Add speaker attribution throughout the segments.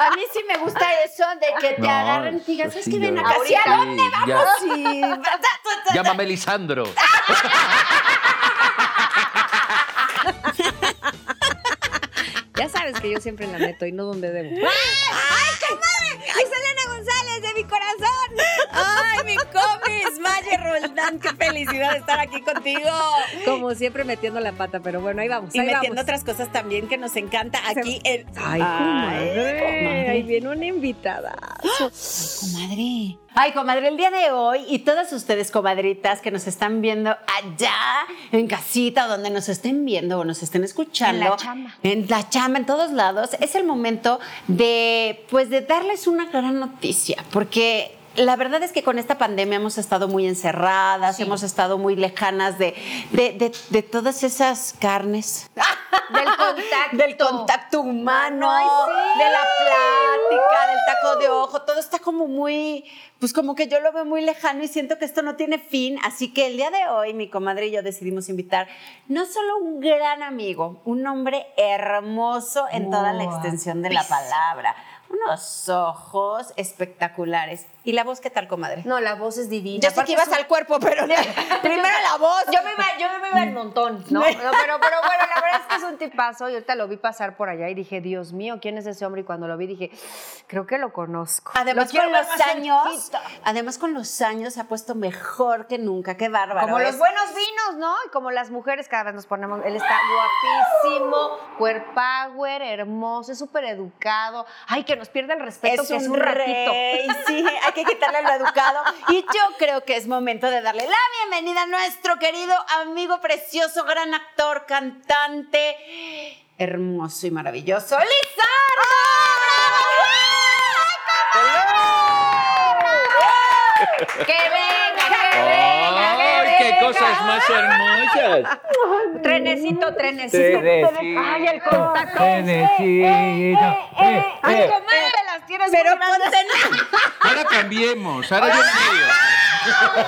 Speaker 1: A mí sí me gusta eso de que te
Speaker 2: No,
Speaker 1: agarren y te digas,
Speaker 2: eso
Speaker 1: es
Speaker 2: sí,
Speaker 1: que ven
Speaker 2: ya.
Speaker 1: acá. ¿sí? ¿A dónde?
Speaker 2: Sí, ya.
Speaker 1: Sí.
Speaker 2: Llámame Lisandro.
Speaker 3: Ya sabes que yo siempre la meto y no donde debo.
Speaker 4: ¡Ay, qué madre! ¡Ay, Selena González de mi corazón! ¡Ay, mi comis! Maye Roldán, qué felicidad de estar aquí contigo.
Speaker 3: Como siempre metiendo la pata, pero bueno, ahí vamos.
Speaker 5: Pues
Speaker 4: Y
Speaker 3: ahí
Speaker 4: metiendo
Speaker 3: vamos.
Speaker 4: otras cosas también que nos encanta aquí en...
Speaker 3: Ay,
Speaker 4: comadre.
Speaker 3: comadre. Ahí viene una invitada.
Speaker 4: Comadre.
Speaker 1: Ay, comadre, el día de hoy y todas ustedes, comadritas, que nos están viendo allá en casita, o donde nos estén viendo o nos estén escuchando.
Speaker 4: En la chamba.
Speaker 1: En la chamba, en todos lados. Es el momento de, pues, de darles una gran noticia, porque... La verdad es que con esta pandemia hemos estado muy encerradas, hemos estado muy lejanas de, de, de- de todas esas carnes.
Speaker 5: Del contacto.
Speaker 1: Del contacto humano,
Speaker 5: Ay, sí.
Speaker 1: de la plática, del taco de ojo, todo está como muy, pues como que yo lo veo muy lejano y siento que esto no tiene fin. Así que el día de hoy mi comadre y yo decidimos invitar no solo un gran amigo, un hombre hermoso en toda la extensión de la palabra, unos ojos espectaculares. ¿Y la voz qué tal, comadre?
Speaker 5: No, la voz es divina.
Speaker 1: Yo sé
Speaker 5: Aparte
Speaker 1: que ibas
Speaker 5: es un-
Speaker 1: al cuerpo, pero primero la voz.
Speaker 5: Yo me iba, yo me iba al montón, ¿no? No, pero, pero bueno, la verdad es que es un tipazo y ahorita lo vi pasar por allá y dije, Dios mío, ¿quién es ese hombre? Y cuando lo vi dije, creo que lo conozco.
Speaker 1: Además,
Speaker 5: Lo quiero
Speaker 1: con
Speaker 5: ver
Speaker 1: los
Speaker 5: más
Speaker 1: años,
Speaker 5: cerquita.
Speaker 1: además con los años se ha puesto mejor que nunca. Qué bárbaro.
Speaker 5: Como los
Speaker 1: es.
Speaker 5: buenos vinos, ¿no? Y como las mujeres cada vez nos ponemos. Él está guapísimo, power, hermoso, es súper educado. Ay, que nos pierda el respeto, que es un ratito.
Speaker 1: rey, sí, hay que quitarle lo educado. Y yo creo que es momento de darle la bienvenida a nuestro querido amigo precioso, gran actor, cantante, hermoso y maravilloso, Lizardo.
Speaker 5: ¡Que venga, que venga, que
Speaker 2: ¡Ay, qué cosas más hermosas!
Speaker 5: Trenecito, trenecito. Ay, el contacto. Eh,
Speaker 2: Eh,
Speaker 5: Ay,
Speaker 2: Ahora
Speaker 5: comadre, las tienes
Speaker 4: Pero
Speaker 5: muy grandes.
Speaker 4: ponte
Speaker 2: cambiemos, ahora yo creo.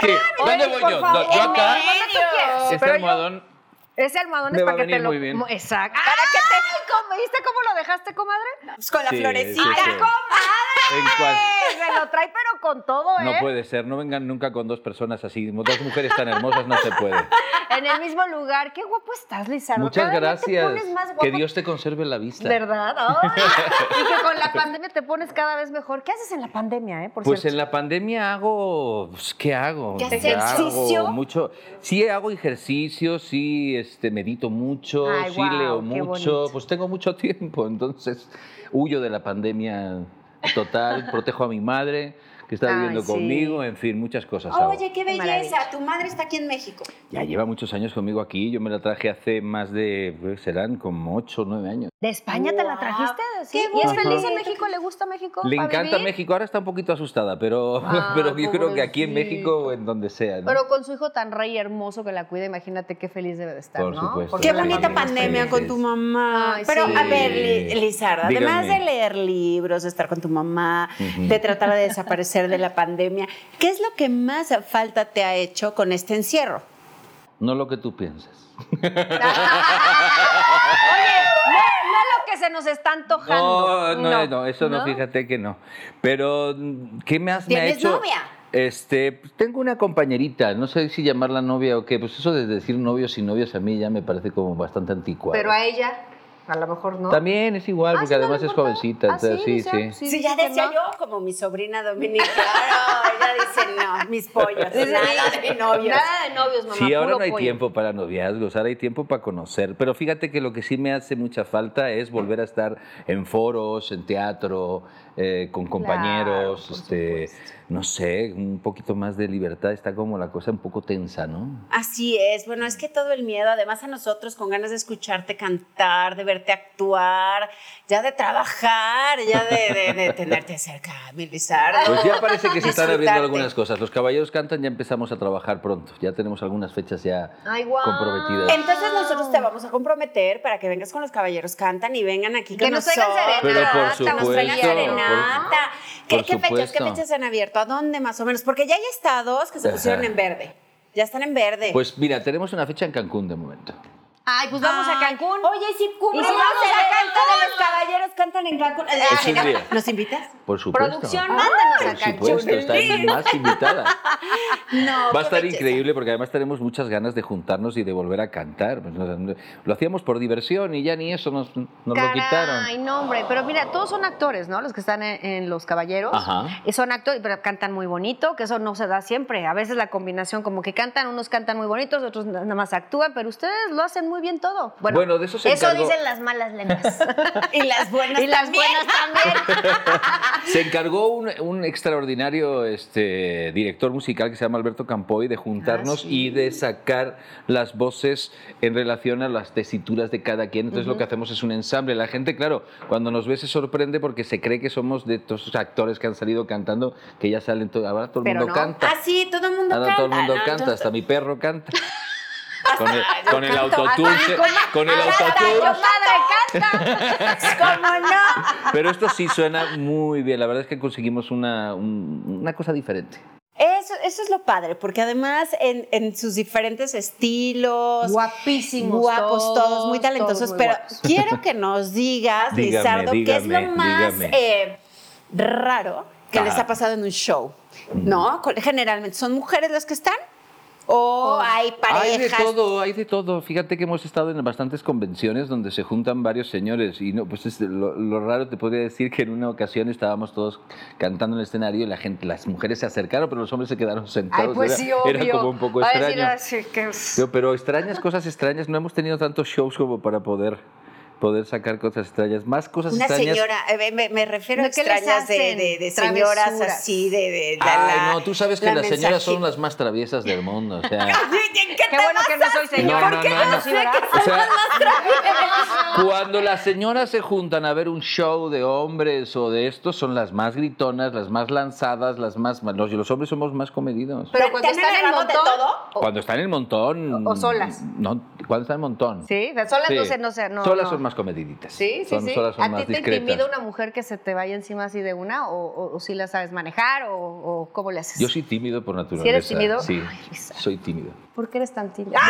Speaker 2: ¿Qué? ¿Dónde voy yo? No, yo acá,
Speaker 5: ¿Dónde tú quieres?
Speaker 2: este
Speaker 5: Pero yo-
Speaker 2: almohadón.
Speaker 5: Ese almohadón
Speaker 2: Me
Speaker 5: es
Speaker 2: va
Speaker 5: para
Speaker 2: a
Speaker 5: que te
Speaker 2: venir
Speaker 5: lo...
Speaker 2: muy bien.
Speaker 5: mo- Exacto. Para que te... ¿Viste cómo lo dejaste, comadre?
Speaker 4: Pues con la
Speaker 2: Sí,
Speaker 4: florecita.
Speaker 2: sí, sí.
Speaker 5: ¡Ay, comadre!
Speaker 2: En cual-
Speaker 5: Se Eh, lo trae pero con todo, ¿eh?
Speaker 2: No puede ser, no vengan nunca con dos personas así, dos mujeres tan hermosas, no se puede.
Speaker 5: En el mismo lugar. Qué guapo estás, Lizardo.
Speaker 2: Muchas
Speaker 5: Cada día Te
Speaker 2: gracias.
Speaker 5: pones más guapo.
Speaker 2: Que Dios te conserve la vista.
Speaker 5: ¿Verdad? Ay. y que con la pandemia te pones cada vez mejor. ¿Qué haces en la pandemia, eh? Por
Speaker 2: Pues en
Speaker 5: cierto.
Speaker 2: la pandemia hago, pues, ¿qué hago?
Speaker 1: ¿Qué haces?
Speaker 2: Hago
Speaker 1: ¿Ejercicio?
Speaker 2: mucho, sí hago ejercicio, sí este, medito mucho,
Speaker 5: Ay,
Speaker 2: sí
Speaker 5: guau,
Speaker 2: leo
Speaker 5: qué
Speaker 2: mucho,
Speaker 5: bonito.
Speaker 2: pues tengo mucho tiempo, entonces huyo de la pandemia total, protejo a mi madre que está
Speaker 5: Ay,
Speaker 2: viviendo
Speaker 5: sí.
Speaker 2: conmigo, en fin, muchas cosas. hago.
Speaker 1: Oye, qué belleza.
Speaker 5: maravilla.
Speaker 1: Tu madre está aquí en México.
Speaker 2: Ya lleva muchos años conmigo aquí, yo me la traje hace más de, pues, serán como 8 o 9 años.
Speaker 5: ¿De España te la
Speaker 1: Guau,
Speaker 5: trajiste? Sí.
Speaker 1: qué
Speaker 5: ¿Y es
Speaker 2: bonito.
Speaker 5: feliz en México? ¿Le gusta México?
Speaker 2: Le
Speaker 5: ¿Va a
Speaker 2: encanta
Speaker 5: vivir?
Speaker 2: México, ahora está un poquito asustada, pero,
Speaker 5: Ah,
Speaker 2: pero yo creo que aquí en
Speaker 5: pobrecito.
Speaker 2: México o en donde sea. ¿no?
Speaker 5: Pero con su hijo tan rey hermoso que la cuida, imagínate qué feliz debe de estar,
Speaker 2: Por
Speaker 5: ¿no?
Speaker 2: supuesto.
Speaker 5: Porque
Speaker 1: Qué
Speaker 5: Pues la
Speaker 1: bonita
Speaker 2: Sí,
Speaker 5: familia-
Speaker 1: pandemia
Speaker 2: sí,
Speaker 1: con
Speaker 2: sí.
Speaker 1: tu mamá.
Speaker 5: Ay,
Speaker 1: Pero
Speaker 5: sí.
Speaker 1: a ver, Li- Lizarda, además
Speaker 2: Dígame.
Speaker 1: de leer libros, de estar con tu mamá,
Speaker 2: Ujú.
Speaker 1: de tratar de desaparecer de la pandemia, ¿qué es lo que más falta te ha hecho con este encierro?
Speaker 2: No lo que tú piensas.
Speaker 5: Oye, no, no lo que se nos está
Speaker 2: No,
Speaker 5: antojando.
Speaker 2: no, no, eso no, fíjate que no. Pero, mm, ¿qué más me ha
Speaker 1: ¿Tienes
Speaker 2: hecho?
Speaker 1: novia?
Speaker 2: Este, pues, tengo una compañerita, no sé si llamarla novia o qué, pues eso de decir novios y novias a mí ya me parece como bastante anticuado.
Speaker 5: Pero a ella, a lo mejor no.
Speaker 2: También es igual,
Speaker 5: Ah,
Speaker 2: porque
Speaker 5: sí, no le
Speaker 2: además es
Speaker 5: importa.
Speaker 2: jovencita,
Speaker 5: Ah,
Speaker 2: entonces, sí,
Speaker 5: dice,
Speaker 2: sí.
Speaker 5: ah, sí,
Speaker 1: Sí,
Speaker 5: dice
Speaker 1: ya
Speaker 5: que
Speaker 1: decía
Speaker 5: no.
Speaker 1: yo, como mi sobrina Dominica, claro, ella dice no, mis pollos, nada de novios.
Speaker 5: Nada de novios, mamá.
Speaker 2: Sí, ahora
Speaker 5: puro
Speaker 2: no hay
Speaker 5: pollo.
Speaker 2: tiempo para noviazgos, ahora hay tiempo para conocer. Pero fíjate que lo que sí me hace mucha falta es volver a estar en foros, en teatro, eh, con compañeros,
Speaker 5: por
Speaker 2: este,
Speaker 5: supuesto.
Speaker 2: no sé, un poquito más de libertad. Está como la cosa un poco tensa, ¿no?
Speaker 1: Así es, bueno, es que todo el miedo, además a nosotros con ganas de escucharte cantar, de verte actuar, ya de trabajar, ya de, de- de tenerte cerca, mi Lizardo.
Speaker 2: Pues ya parece que se están abriendo
Speaker 1: Disfrutarte.
Speaker 2: algunas cosas. Los caballeros cantan, ya empezamos a trabajar pronto. Ya tenemos algunas fechas ya
Speaker 5: Ay, guau. Em,
Speaker 2: comprometidas.
Speaker 1: Entonces nosotros te vamos a comprometer para que vengas con los caballeros cantan y vengan aquí
Speaker 5: Que
Speaker 1: con
Speaker 5: nos
Speaker 1: nosotros.
Speaker 5: traigan serenata, Pero por
Speaker 1: nos traigan
Speaker 5: supuesto,
Speaker 1: serenata.
Speaker 2: por-
Speaker 1: ¿Qué,
Speaker 2: por
Speaker 1: qué fechas, ¿Qué
Speaker 2: supuesto.
Speaker 1: fechas han abierto? ¿A dónde más o menos? Porque ya hay estados que se pusieron
Speaker 2: Ajá.
Speaker 1: en verde. Ya están en verde.
Speaker 2: Pues mira, tenemos una fecha en Cancún de momento.
Speaker 5: Ay, pues vamos a Cancún.
Speaker 1: Oye, si cubrimos
Speaker 5: si vamos
Speaker 1: el
Speaker 5: a
Speaker 1: evento
Speaker 5: Cancún?
Speaker 1: de los caballeros cantan en Cancún. Ah,
Speaker 2: Es un día.
Speaker 1: ¿Nos invitas?
Speaker 2: Por supuesto.
Speaker 5: Producción, mándanos a
Speaker 2: Por
Speaker 5: Cancún.
Speaker 2: supuesto, están más invitadas.
Speaker 1: No.
Speaker 5: Ah,
Speaker 2: Va a
Speaker 1: qué
Speaker 2: estar
Speaker 1: belleza.
Speaker 2: increíble porque además tenemos muchas ganas de juntarnos y de volver a cantar. Pues no- Lo hacíamos por diversión y ya ni eso nos, nos lo quitaron.
Speaker 5: Ay, no, hombre. Pero mira, todos son actores, ¿no? Los que están en, en Los Caballeros.
Speaker 2: Ajá.
Speaker 5: Y Son actores, pero cantan muy bonito, que eso no se da siempre. A veces la combinación, como que cantan, unos cantan muy bonitos, otros na- nada más actúan, pero ustedes lo hacen muy bien todo. Bueno,
Speaker 2: Bueno, de eso se
Speaker 5: Eso
Speaker 2: encargó-
Speaker 5: dicen las malas lenguas.
Speaker 1: Y las buenas
Speaker 5: y las
Speaker 1: también.
Speaker 5: buenas también.
Speaker 2: Se encargó un, un extraordinario este, director musical que se llama Alberto Campoy de juntarnos
Speaker 5: Ah,
Speaker 2: y de sacar las voces en relación a las tesituras de cada quien. Entonces lo que hacemos es un ensamble. La gente, claro, cuando nos ve se sorprende porque se cree que somos de todos esos actores que han salido cantando, que ya salen todo, ahora todo el
Speaker 5: Pero
Speaker 2: mundo
Speaker 5: no.
Speaker 2: canta.
Speaker 1: Así, Ah, todo el mundo
Speaker 2: Ahora
Speaker 1: canta.
Speaker 2: Ah,
Speaker 1: Ah,
Speaker 2: todo el mundo
Speaker 1: ¿no?
Speaker 2: canta,
Speaker 1: Entonces,
Speaker 2: hasta mi perro canta. Con el, con el
Speaker 5: canto,
Speaker 2: autotune,
Speaker 5: hasta mi
Speaker 2: se-
Speaker 5: comadre-
Speaker 2: con el
Speaker 5: hasta
Speaker 2: autotune.
Speaker 5: yo, madre, canta.
Speaker 1: ¿Cómo no?
Speaker 2: Pero esto sí suena muy bien. La verdad es que conseguimos una, un- una cosa diferente.
Speaker 1: Eso, eso es lo padre, porque además en, en sus diferentes estilos,
Speaker 5: Guapísimos.
Speaker 1: guapos todos, muy talentosos,
Speaker 5: todos muy
Speaker 1: pero
Speaker 5: guapos.
Speaker 1: quiero que nos digas,
Speaker 2: Dígame,
Speaker 1: Lizardo, qué es lo
Speaker 2: dígame,
Speaker 1: más
Speaker 2: dígame.
Speaker 1: eh, raro que les
Speaker 2: Ajá. Mm.
Speaker 1: ha pasado en un show, ¿no? Con- Generalmente, ¿son mujeres las que están?
Speaker 5: Oh,
Speaker 1: ¿O hay
Speaker 2: Hay de
Speaker 1: parejas?
Speaker 2: todo, hay de todo. Fíjate que hemos estado en bastantes convenciones donde se juntan varios señores y no, pues es lo, lo raro te podría decir que en una ocasión estábamos todos cantando en el escenario y la gente, las mujeres se acercaron, pero los hombres se quedaron sentados.
Speaker 5: Ay, pues
Speaker 2: era,
Speaker 5: sí,
Speaker 2: era
Speaker 5: obvio.
Speaker 2: como un poco
Speaker 5: Va a
Speaker 2: extraño.
Speaker 5: decir así que-
Speaker 2: Yo, pero extrañas, cosas extrañas. No hemos tenido tantos shows como para poder, poder sacar cosas extrañas. Más cosas
Speaker 1: Una
Speaker 2: extrañas.
Speaker 1: señora, eh, me, me refiero a
Speaker 5: ¿De qué les
Speaker 1: extrañas de,
Speaker 5: hacen?
Speaker 1: de- de señoras
Speaker 5: Travesuras.
Speaker 1: así, de... de la-
Speaker 2: Ay,
Speaker 1: la-
Speaker 2: no, tú sabes que
Speaker 1: la
Speaker 2: las señoras son
Speaker 1: mensajita.
Speaker 2: las más traviesas del mundo. O sea.
Speaker 1: ¿En qué
Speaker 5: Qué
Speaker 1: te
Speaker 5: bueno que no soy señora.
Speaker 2: No, no, no, no.
Speaker 5: Sí, ¿verdad?
Speaker 2: O sea, cuando las señoras se juntan a ver un show de hombres o de estos, son las más gritonas, las más lanzadas, las más. Los, los hombres somos más comedidos.
Speaker 5: Pero
Speaker 1: ¿Te-
Speaker 5: cuando
Speaker 1: te han
Speaker 5: están en
Speaker 1: agarrado de
Speaker 5: montón,
Speaker 1: todo?
Speaker 5: o-
Speaker 2: cuando están en el montón.
Speaker 5: O- o solas.
Speaker 2: No, cuando están en montón.
Speaker 5: Sí, o sea, solas
Speaker 2: Sí.
Speaker 5: no sé, no sé, no.
Speaker 2: Solas
Speaker 5: no.
Speaker 2: son más comediditas.
Speaker 5: Sí, sí,
Speaker 2: Son-
Speaker 5: sí.
Speaker 2: Solas son
Speaker 5: ¿A
Speaker 2: más
Speaker 5: ti te
Speaker 2: discretas.
Speaker 5: intimida una mujer que se te vaya encima así de una o, o- o si la sabes manejar o, o cómo le haces?
Speaker 2: Yo soy tímido por naturaleza.
Speaker 5: eres tímido?
Speaker 2: Sí,
Speaker 5: Ay, Lisa.
Speaker 2: soy tímido.
Speaker 5: ¿Por qué eres tan tímida?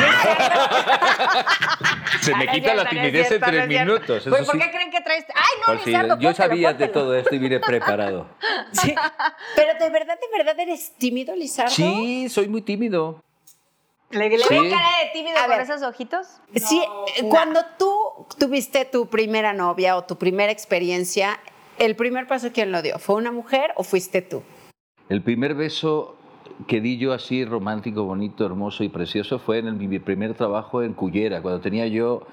Speaker 2: Se me
Speaker 5: No es
Speaker 2: quita
Speaker 5: cierto,
Speaker 2: la
Speaker 5: Ah, no es
Speaker 2: timidez
Speaker 5: cierto,
Speaker 2: en
Speaker 5: no
Speaker 2: tres
Speaker 5: es cierto.
Speaker 2: minutos.
Speaker 5: Pues,
Speaker 2: eso
Speaker 5: ¿Por
Speaker 2: sí.
Speaker 5: qué creen que traes? Ay, no,
Speaker 2: Por si-
Speaker 5: Lizardo,
Speaker 2: Pues yo
Speaker 5: póntelo,
Speaker 2: sabía de
Speaker 5: póntelo.
Speaker 2: todo esto y vine preparado.
Speaker 1: Sí. Pero de verdad, de verdad eres tímido, Lizardo.
Speaker 2: Sí, soy muy tímido.
Speaker 5: ¿Le, le
Speaker 2: Sí.
Speaker 5: veo cara de tímido
Speaker 1: A
Speaker 5: con
Speaker 1: ver.
Speaker 5: esos ojitos?
Speaker 1: Sí, eh, cuando tú tuviste tu primera novia o tu primera experiencia, ¿el primer paso quién lo dio? ¿Fue una mujer o fuiste tú?
Speaker 2: El primer beso que di yo así romántico, bonito, hermoso y precioso fue en el- mi primer trabajo en Cullera, cuando tenía yo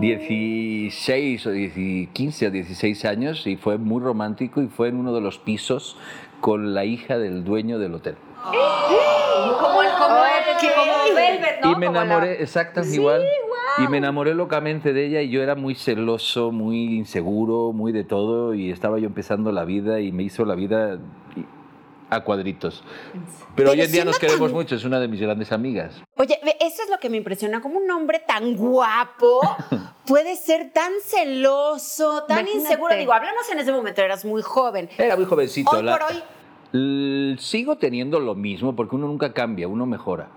Speaker 2: 16 o 10 15 o 16 años y fue muy romántico y fue en uno de los pisos con la hija del dueño del hotel.
Speaker 5: Como el como,
Speaker 1: Ok.
Speaker 5: como Velvet, ¿no?
Speaker 2: Y me
Speaker 5: Como la-
Speaker 2: enamoré, exactamente igual. Y me enamoré locamente de ella y yo era muy celoso, muy inseguro, muy de todo y estaba yo empezando la vida y me hizo la vida a cuadritos. Pero, hoy en día nos queremos mucho, es una de mis grandes amigas.
Speaker 1: Oye, ve, eso es lo que me impresiona, como un hombre tan guapo puede ser tan celoso, tan
Speaker 5: Imagínate.
Speaker 1: inseguro. Digo, hablamos en ese momento, eras muy joven.
Speaker 2: Era muy jovencito.
Speaker 1: Hoy por hoy.
Speaker 2: l- sigo teniendo lo mismo porque uno nunca cambia, uno mejora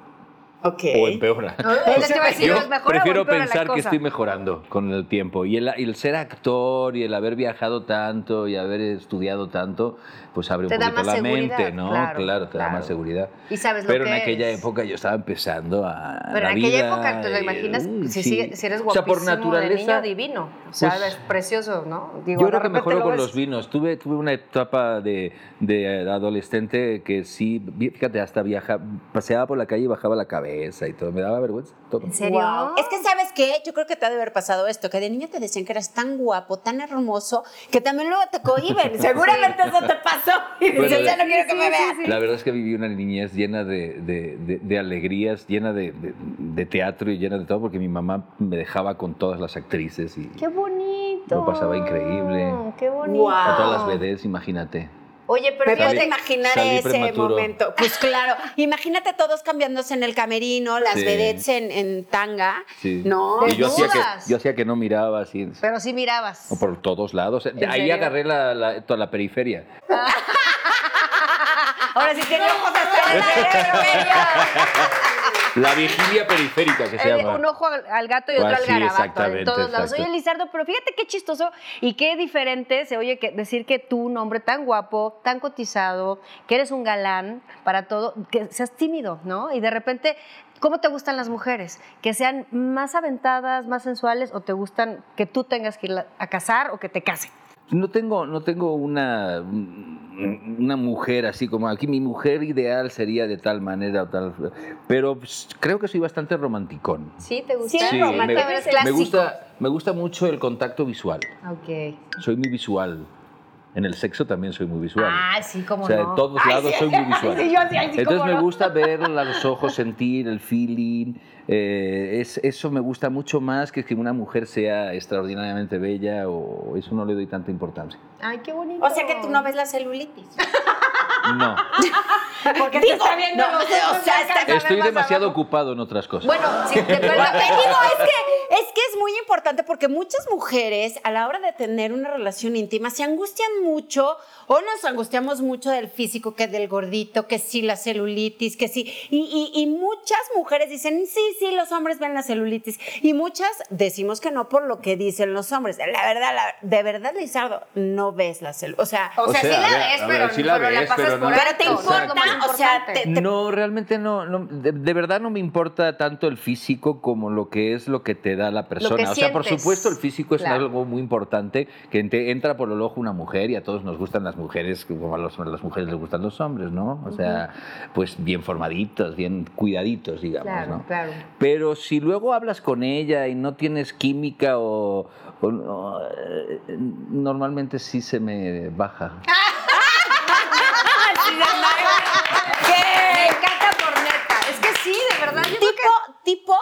Speaker 1: Ok.
Speaker 2: o empeora.
Speaker 5: Es que iba a decir,
Speaker 2: Yo
Speaker 5: ¿es mejor o
Speaker 2: prefiero
Speaker 5: empeora la
Speaker 2: pensar que
Speaker 5: cosa?
Speaker 2: estoy mejorando con el tiempo. Y el, y el ser actor y el haber viajado tanto y haber estudiado tanto, pues abre
Speaker 5: Te
Speaker 2: un
Speaker 5: da
Speaker 2: poquito
Speaker 5: más
Speaker 2: la mente,
Speaker 5: seguridad,
Speaker 2: ¿no?
Speaker 5: claro,
Speaker 2: te da
Speaker 5: claro.
Speaker 2: más seguridad.
Speaker 5: Y sabes lo
Speaker 2: Pero
Speaker 5: que
Speaker 2: en aquella
Speaker 5: eres.
Speaker 2: época yo estaba empezando a.
Speaker 5: Pero
Speaker 2: la
Speaker 5: en aquella
Speaker 2: vida
Speaker 5: época, ¿te lo
Speaker 2: y-
Speaker 5: imaginas?
Speaker 2: uy,
Speaker 5: si,
Speaker 2: sí.
Speaker 5: sigue- si eres
Speaker 2: O sea,
Speaker 5: guapísimo
Speaker 2: por
Speaker 5: de niño
Speaker 2: naturaleza,
Speaker 5: divino. O sea,
Speaker 2: pues,
Speaker 5: es precioso, ¿no? Digo,
Speaker 2: yo
Speaker 5: de
Speaker 2: creo que
Speaker 5: repente
Speaker 2: mejoró
Speaker 5: lo
Speaker 2: con
Speaker 5: ves-
Speaker 2: los vinos. Tuve, tuve una etapa de, de adolescente que sí, vi- fíjate, hasta viaja, paseaba por la calle y bajaba la cabeza y todo. Me daba vergüenza. Todo.
Speaker 5: ¿En serio?
Speaker 1: Guau. Es que sabes qué, yo creo que te ha de haber pasado esto, que de niño te decían que eras tan guapo, tan hermoso, que también luego te cohiben. Seguramente eso te pasó. Y dices,
Speaker 2: Bueno,
Speaker 1: ya no
Speaker 2: sí,
Speaker 1: quiero que me veas.
Speaker 2: La verdad es que viví una niñez llena de, de- de- de alegrías, llena de, de- de teatro y llena de todo, porque mi mamá me dejaba con todas las actrices y
Speaker 5: ¡Qué bonito!
Speaker 2: Lo pasaba increíble.
Speaker 5: ¡Qué bonito!
Speaker 2: con todas las vedés, imagínate.
Speaker 5: Oye, pero
Speaker 2: Salí-
Speaker 1: Me puedo
Speaker 5: fíjate,
Speaker 1: imaginar
Speaker 2: salí
Speaker 1: ese
Speaker 2: prematuro.
Speaker 1: momento. Pues claro, imagínate todos cambiándose en el camerino, las
Speaker 2: Sí.
Speaker 1: vedettes en, en tanga,
Speaker 2: Sí.
Speaker 1: ¿no?
Speaker 2: Y yo hacía,
Speaker 5: Desnudas.
Speaker 2: que, yo hacía que no miraba así.
Speaker 5: pero sí mirabas.
Speaker 2: o Por todos lados. Ahí
Speaker 5: serio?
Speaker 2: agarré la, la- toda la periferia.
Speaker 5: Ahora sí tiene ojos hasta el aire, pero venga.
Speaker 2: La vigilia periférica que se
Speaker 5: Eh,
Speaker 2: llama.
Speaker 5: Un ojo al, al gato y otro
Speaker 2: Ah,
Speaker 5: al
Speaker 2: sí,
Speaker 5: garabato.
Speaker 2: exactamente,
Speaker 5: En todos lados.
Speaker 2: exacto.
Speaker 5: Oye, Lizardo, pero fíjate qué chistoso y qué diferente se oye que decir que tú, un hombre tan guapo, tan cotizado, que eres un galán para todo, que seas tímido, ¿no? Y de repente, ¿cómo te gustan las mujeres? ¿Que sean más aventadas, más sensuales o te gustan que tú tengas que ir a casar o que te casen?
Speaker 2: No tengo, no tengo una, mm, una mujer así como aquí. Mi mujer ideal sería de tal manera o tal. Pero pues, creo que soy bastante romanticón.
Speaker 5: Sí, te
Speaker 1: gusta?
Speaker 5: gusta.
Speaker 1: Sí, romántico,
Speaker 2: me,
Speaker 1: eres
Speaker 2: me gusta, me gusta mucho el contacto visual.
Speaker 5: Ok.
Speaker 2: Soy muy visual. En el sexo también soy muy visual.
Speaker 5: Ah, sí, cómo
Speaker 2: o sea,
Speaker 5: no.
Speaker 2: en todos lados soy muy visual.
Speaker 5: Sí, yo sí, ay, sí,
Speaker 2: Entonces
Speaker 5: cómo
Speaker 2: me
Speaker 5: no.
Speaker 2: gusta ver a los ojos, sentir el feeling. eh, es, eso me gusta mucho más que que una mujer sea extraordinariamente bella o eso no le doy tanta importancia.
Speaker 5: Ay, qué bonito.
Speaker 1: O sea que tú no ves la celulitis.
Speaker 2: No.
Speaker 5: Porque te está viendo
Speaker 1: no,
Speaker 5: los ojos
Speaker 1: o sea,
Speaker 5: de
Speaker 1: está-
Speaker 5: acá,
Speaker 2: Estoy
Speaker 5: más
Speaker 2: demasiado
Speaker 5: abajo.
Speaker 2: ocupado en otras cosas.
Speaker 5: Bueno, sí, te
Speaker 1: Pero
Speaker 5: acuerdas
Speaker 1: te digo, es que, es que es muy importante porque muchas mujeres a la hora de tener una relación íntima se angustian mucho o nos angustiamos mucho del físico, que del gordito, que sí, la celulitis, que sí. Y, y- y muchas mujeres dicen, sí, sí, los hombres ven la celulitis. Y muchas decimos que no por lo que dicen los hombres. La verdad, la- de verdad, Lizardo, no ves la celulitis. O sea,
Speaker 5: O sea,
Speaker 2: O sea,
Speaker 5: sí la
Speaker 2: a ver,
Speaker 5: ves,
Speaker 2: a ver,
Speaker 5: pero,
Speaker 2: sí la
Speaker 5: pero
Speaker 2: ves,
Speaker 5: pasas
Speaker 2: pero no-
Speaker 5: por
Speaker 1: pero te
Speaker 5: alto, o sea,
Speaker 1: importa,
Speaker 5: algo más
Speaker 1: o sea,
Speaker 5: importante.
Speaker 1: te, te-
Speaker 2: No, realmente no, no, de, de verdad no me importa tanto el físico como lo que es lo que te da la persona. o sea, por
Speaker 5: sientes.
Speaker 2: supuesto el físico es
Speaker 5: Claro.
Speaker 2: algo muy importante que ente- entra por el ojo una mujer y a todos nos gustan las mujeres como a, los- a las mujeres les gustan los hombres, ¿no? O sea, pues bien formaditos, bien cuidaditos, digamos,
Speaker 5: Claro,
Speaker 2: ¿no?
Speaker 5: claro.
Speaker 2: Pero si luego hablas con ella y no tienes química o, o no, eh, normalmente sí se me baja.
Speaker 5: Me encanta por neta. Es que sí, de verdad. Yo creo que
Speaker 1: tipo, tipo,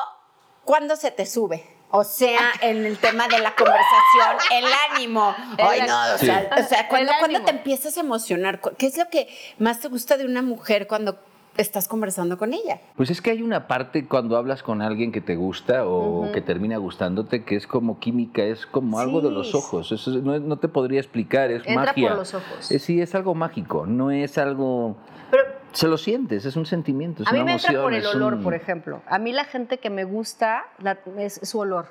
Speaker 1: cuando se te sube. O
Speaker 5: Ah.
Speaker 1: sea, en el tema de la conversación, el ánimo.
Speaker 5: El
Speaker 1: Ay, no, o
Speaker 5: ánimo.
Speaker 1: sea,
Speaker 5: Sí.
Speaker 1: o sea, cuando,
Speaker 5: El
Speaker 1: cuando
Speaker 5: ánimo.
Speaker 1: te empiezas a emocionar, ¿Cu- ¿qué es lo que más te gusta de una mujer cuando estás conversando con ella?
Speaker 2: Pues es que hay una parte cuando hablas con alguien que te gusta o que termina gustándote que es como química, es como algo de
Speaker 5: Sí.
Speaker 2: los ojos. Eso es- no, no te podría explicar, es
Speaker 5: Entra
Speaker 2: magia.
Speaker 5: por los ojos.
Speaker 2: Eh, sí, es algo mágico, no es algo.
Speaker 5: Pero-
Speaker 2: se lo sientes, es un sentimiento, es
Speaker 5: a mí
Speaker 2: una
Speaker 5: me entra
Speaker 2: emoción,
Speaker 5: por el
Speaker 2: es
Speaker 5: olor,
Speaker 2: un-
Speaker 5: por ejemplo. A mí la gente que me gusta la- es su olor.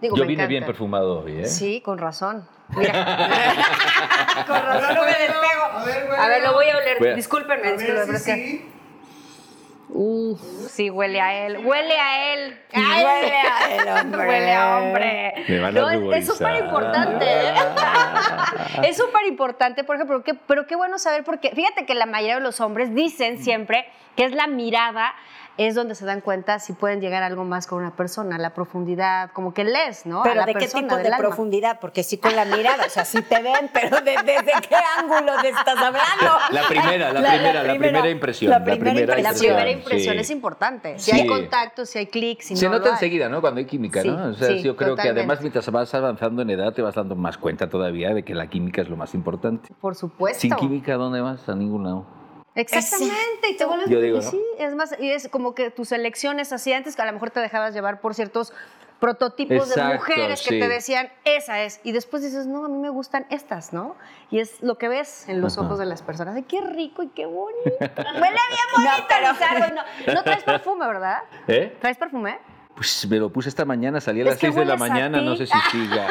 Speaker 5: Digo,
Speaker 2: Yo
Speaker 5: me
Speaker 2: vine
Speaker 5: encanta.
Speaker 2: bien perfumado hoy, ¿eh?
Speaker 5: Sí, con razón. Mira. con razón no me despego. A ver, lo voy a oler.
Speaker 2: Voy a-
Speaker 5: Discúlpenme, discúlpenme. pero es que- Uf, sí, huele a él. Huele a él.
Speaker 1: Huele a el hombre.
Speaker 5: Huele a hombre.
Speaker 2: Me van a
Speaker 5: No, es- es
Speaker 2: ruborizar.
Speaker 5: súper importante. ¿eh?
Speaker 2: Ah,
Speaker 5: es súper importante, por ejemplo, que- pero qué bueno saber porque fíjate que la mayoría de los hombres dicen siempre que es la mirada es donde se dan cuenta si pueden llegar a algo más con una persona, la profundidad, como que lees, ¿no? a
Speaker 1: Pero
Speaker 5: la
Speaker 1: de qué
Speaker 5: persona,
Speaker 1: tipo
Speaker 5: del
Speaker 1: de
Speaker 5: alma.
Speaker 1: profundidad, porque sí con la mirada, o sea, sí te ven, pero de- ¿desde qué ángulo te estás hablando?
Speaker 2: La primera, la, primera, la primera impresión.
Speaker 1: La primera
Speaker 5: La
Speaker 1: impresión.
Speaker 5: primera impresión
Speaker 2: sí.
Speaker 5: es importante. Si
Speaker 2: Sí.
Speaker 5: hay contacto, si hay clic, si
Speaker 2: Se
Speaker 5: no lo
Speaker 2: nota
Speaker 5: hay.
Speaker 2: enseguida, ¿no? Cuando hay química,
Speaker 5: Sí,
Speaker 2: ¿no? O sea,
Speaker 5: sí,
Speaker 2: yo creo que
Speaker 5: totalmente.
Speaker 2: además mientras vas avanzando en edad te vas dando más cuenta todavía de que la química es lo más importante.
Speaker 5: Por supuesto.
Speaker 2: Sin química, ¿a ¿dónde vas? A ningún lado.
Speaker 5: Exactamente, y te vuelves
Speaker 2: Yo digo,
Speaker 5: y
Speaker 2: ¿no?
Speaker 5: sí, es más, y es como que tus elecciones así antes que a lo mejor te dejabas llevar por ciertos prototipos de
Speaker 2: Exacto,
Speaker 5: mujeres que
Speaker 2: sí.
Speaker 5: te decían, esa es, y después dices, no, a mí me gustan estas, ¿no? Y es lo que ves en los
Speaker 2: Ajá.
Speaker 5: ojos de las personas, de qué rico y qué bonito, huele bien bonito, Lizardo, no, no traes perfume, ¿verdad?
Speaker 2: ¿Eh?
Speaker 5: ¿Traes perfume?
Speaker 2: Pues me lo puse esta mañana, salí a
Speaker 5: Es
Speaker 2: las
Speaker 5: que
Speaker 2: 6 de la
Speaker 5: hueles a
Speaker 2: mañana,
Speaker 5: ti.
Speaker 2: no sé si siga.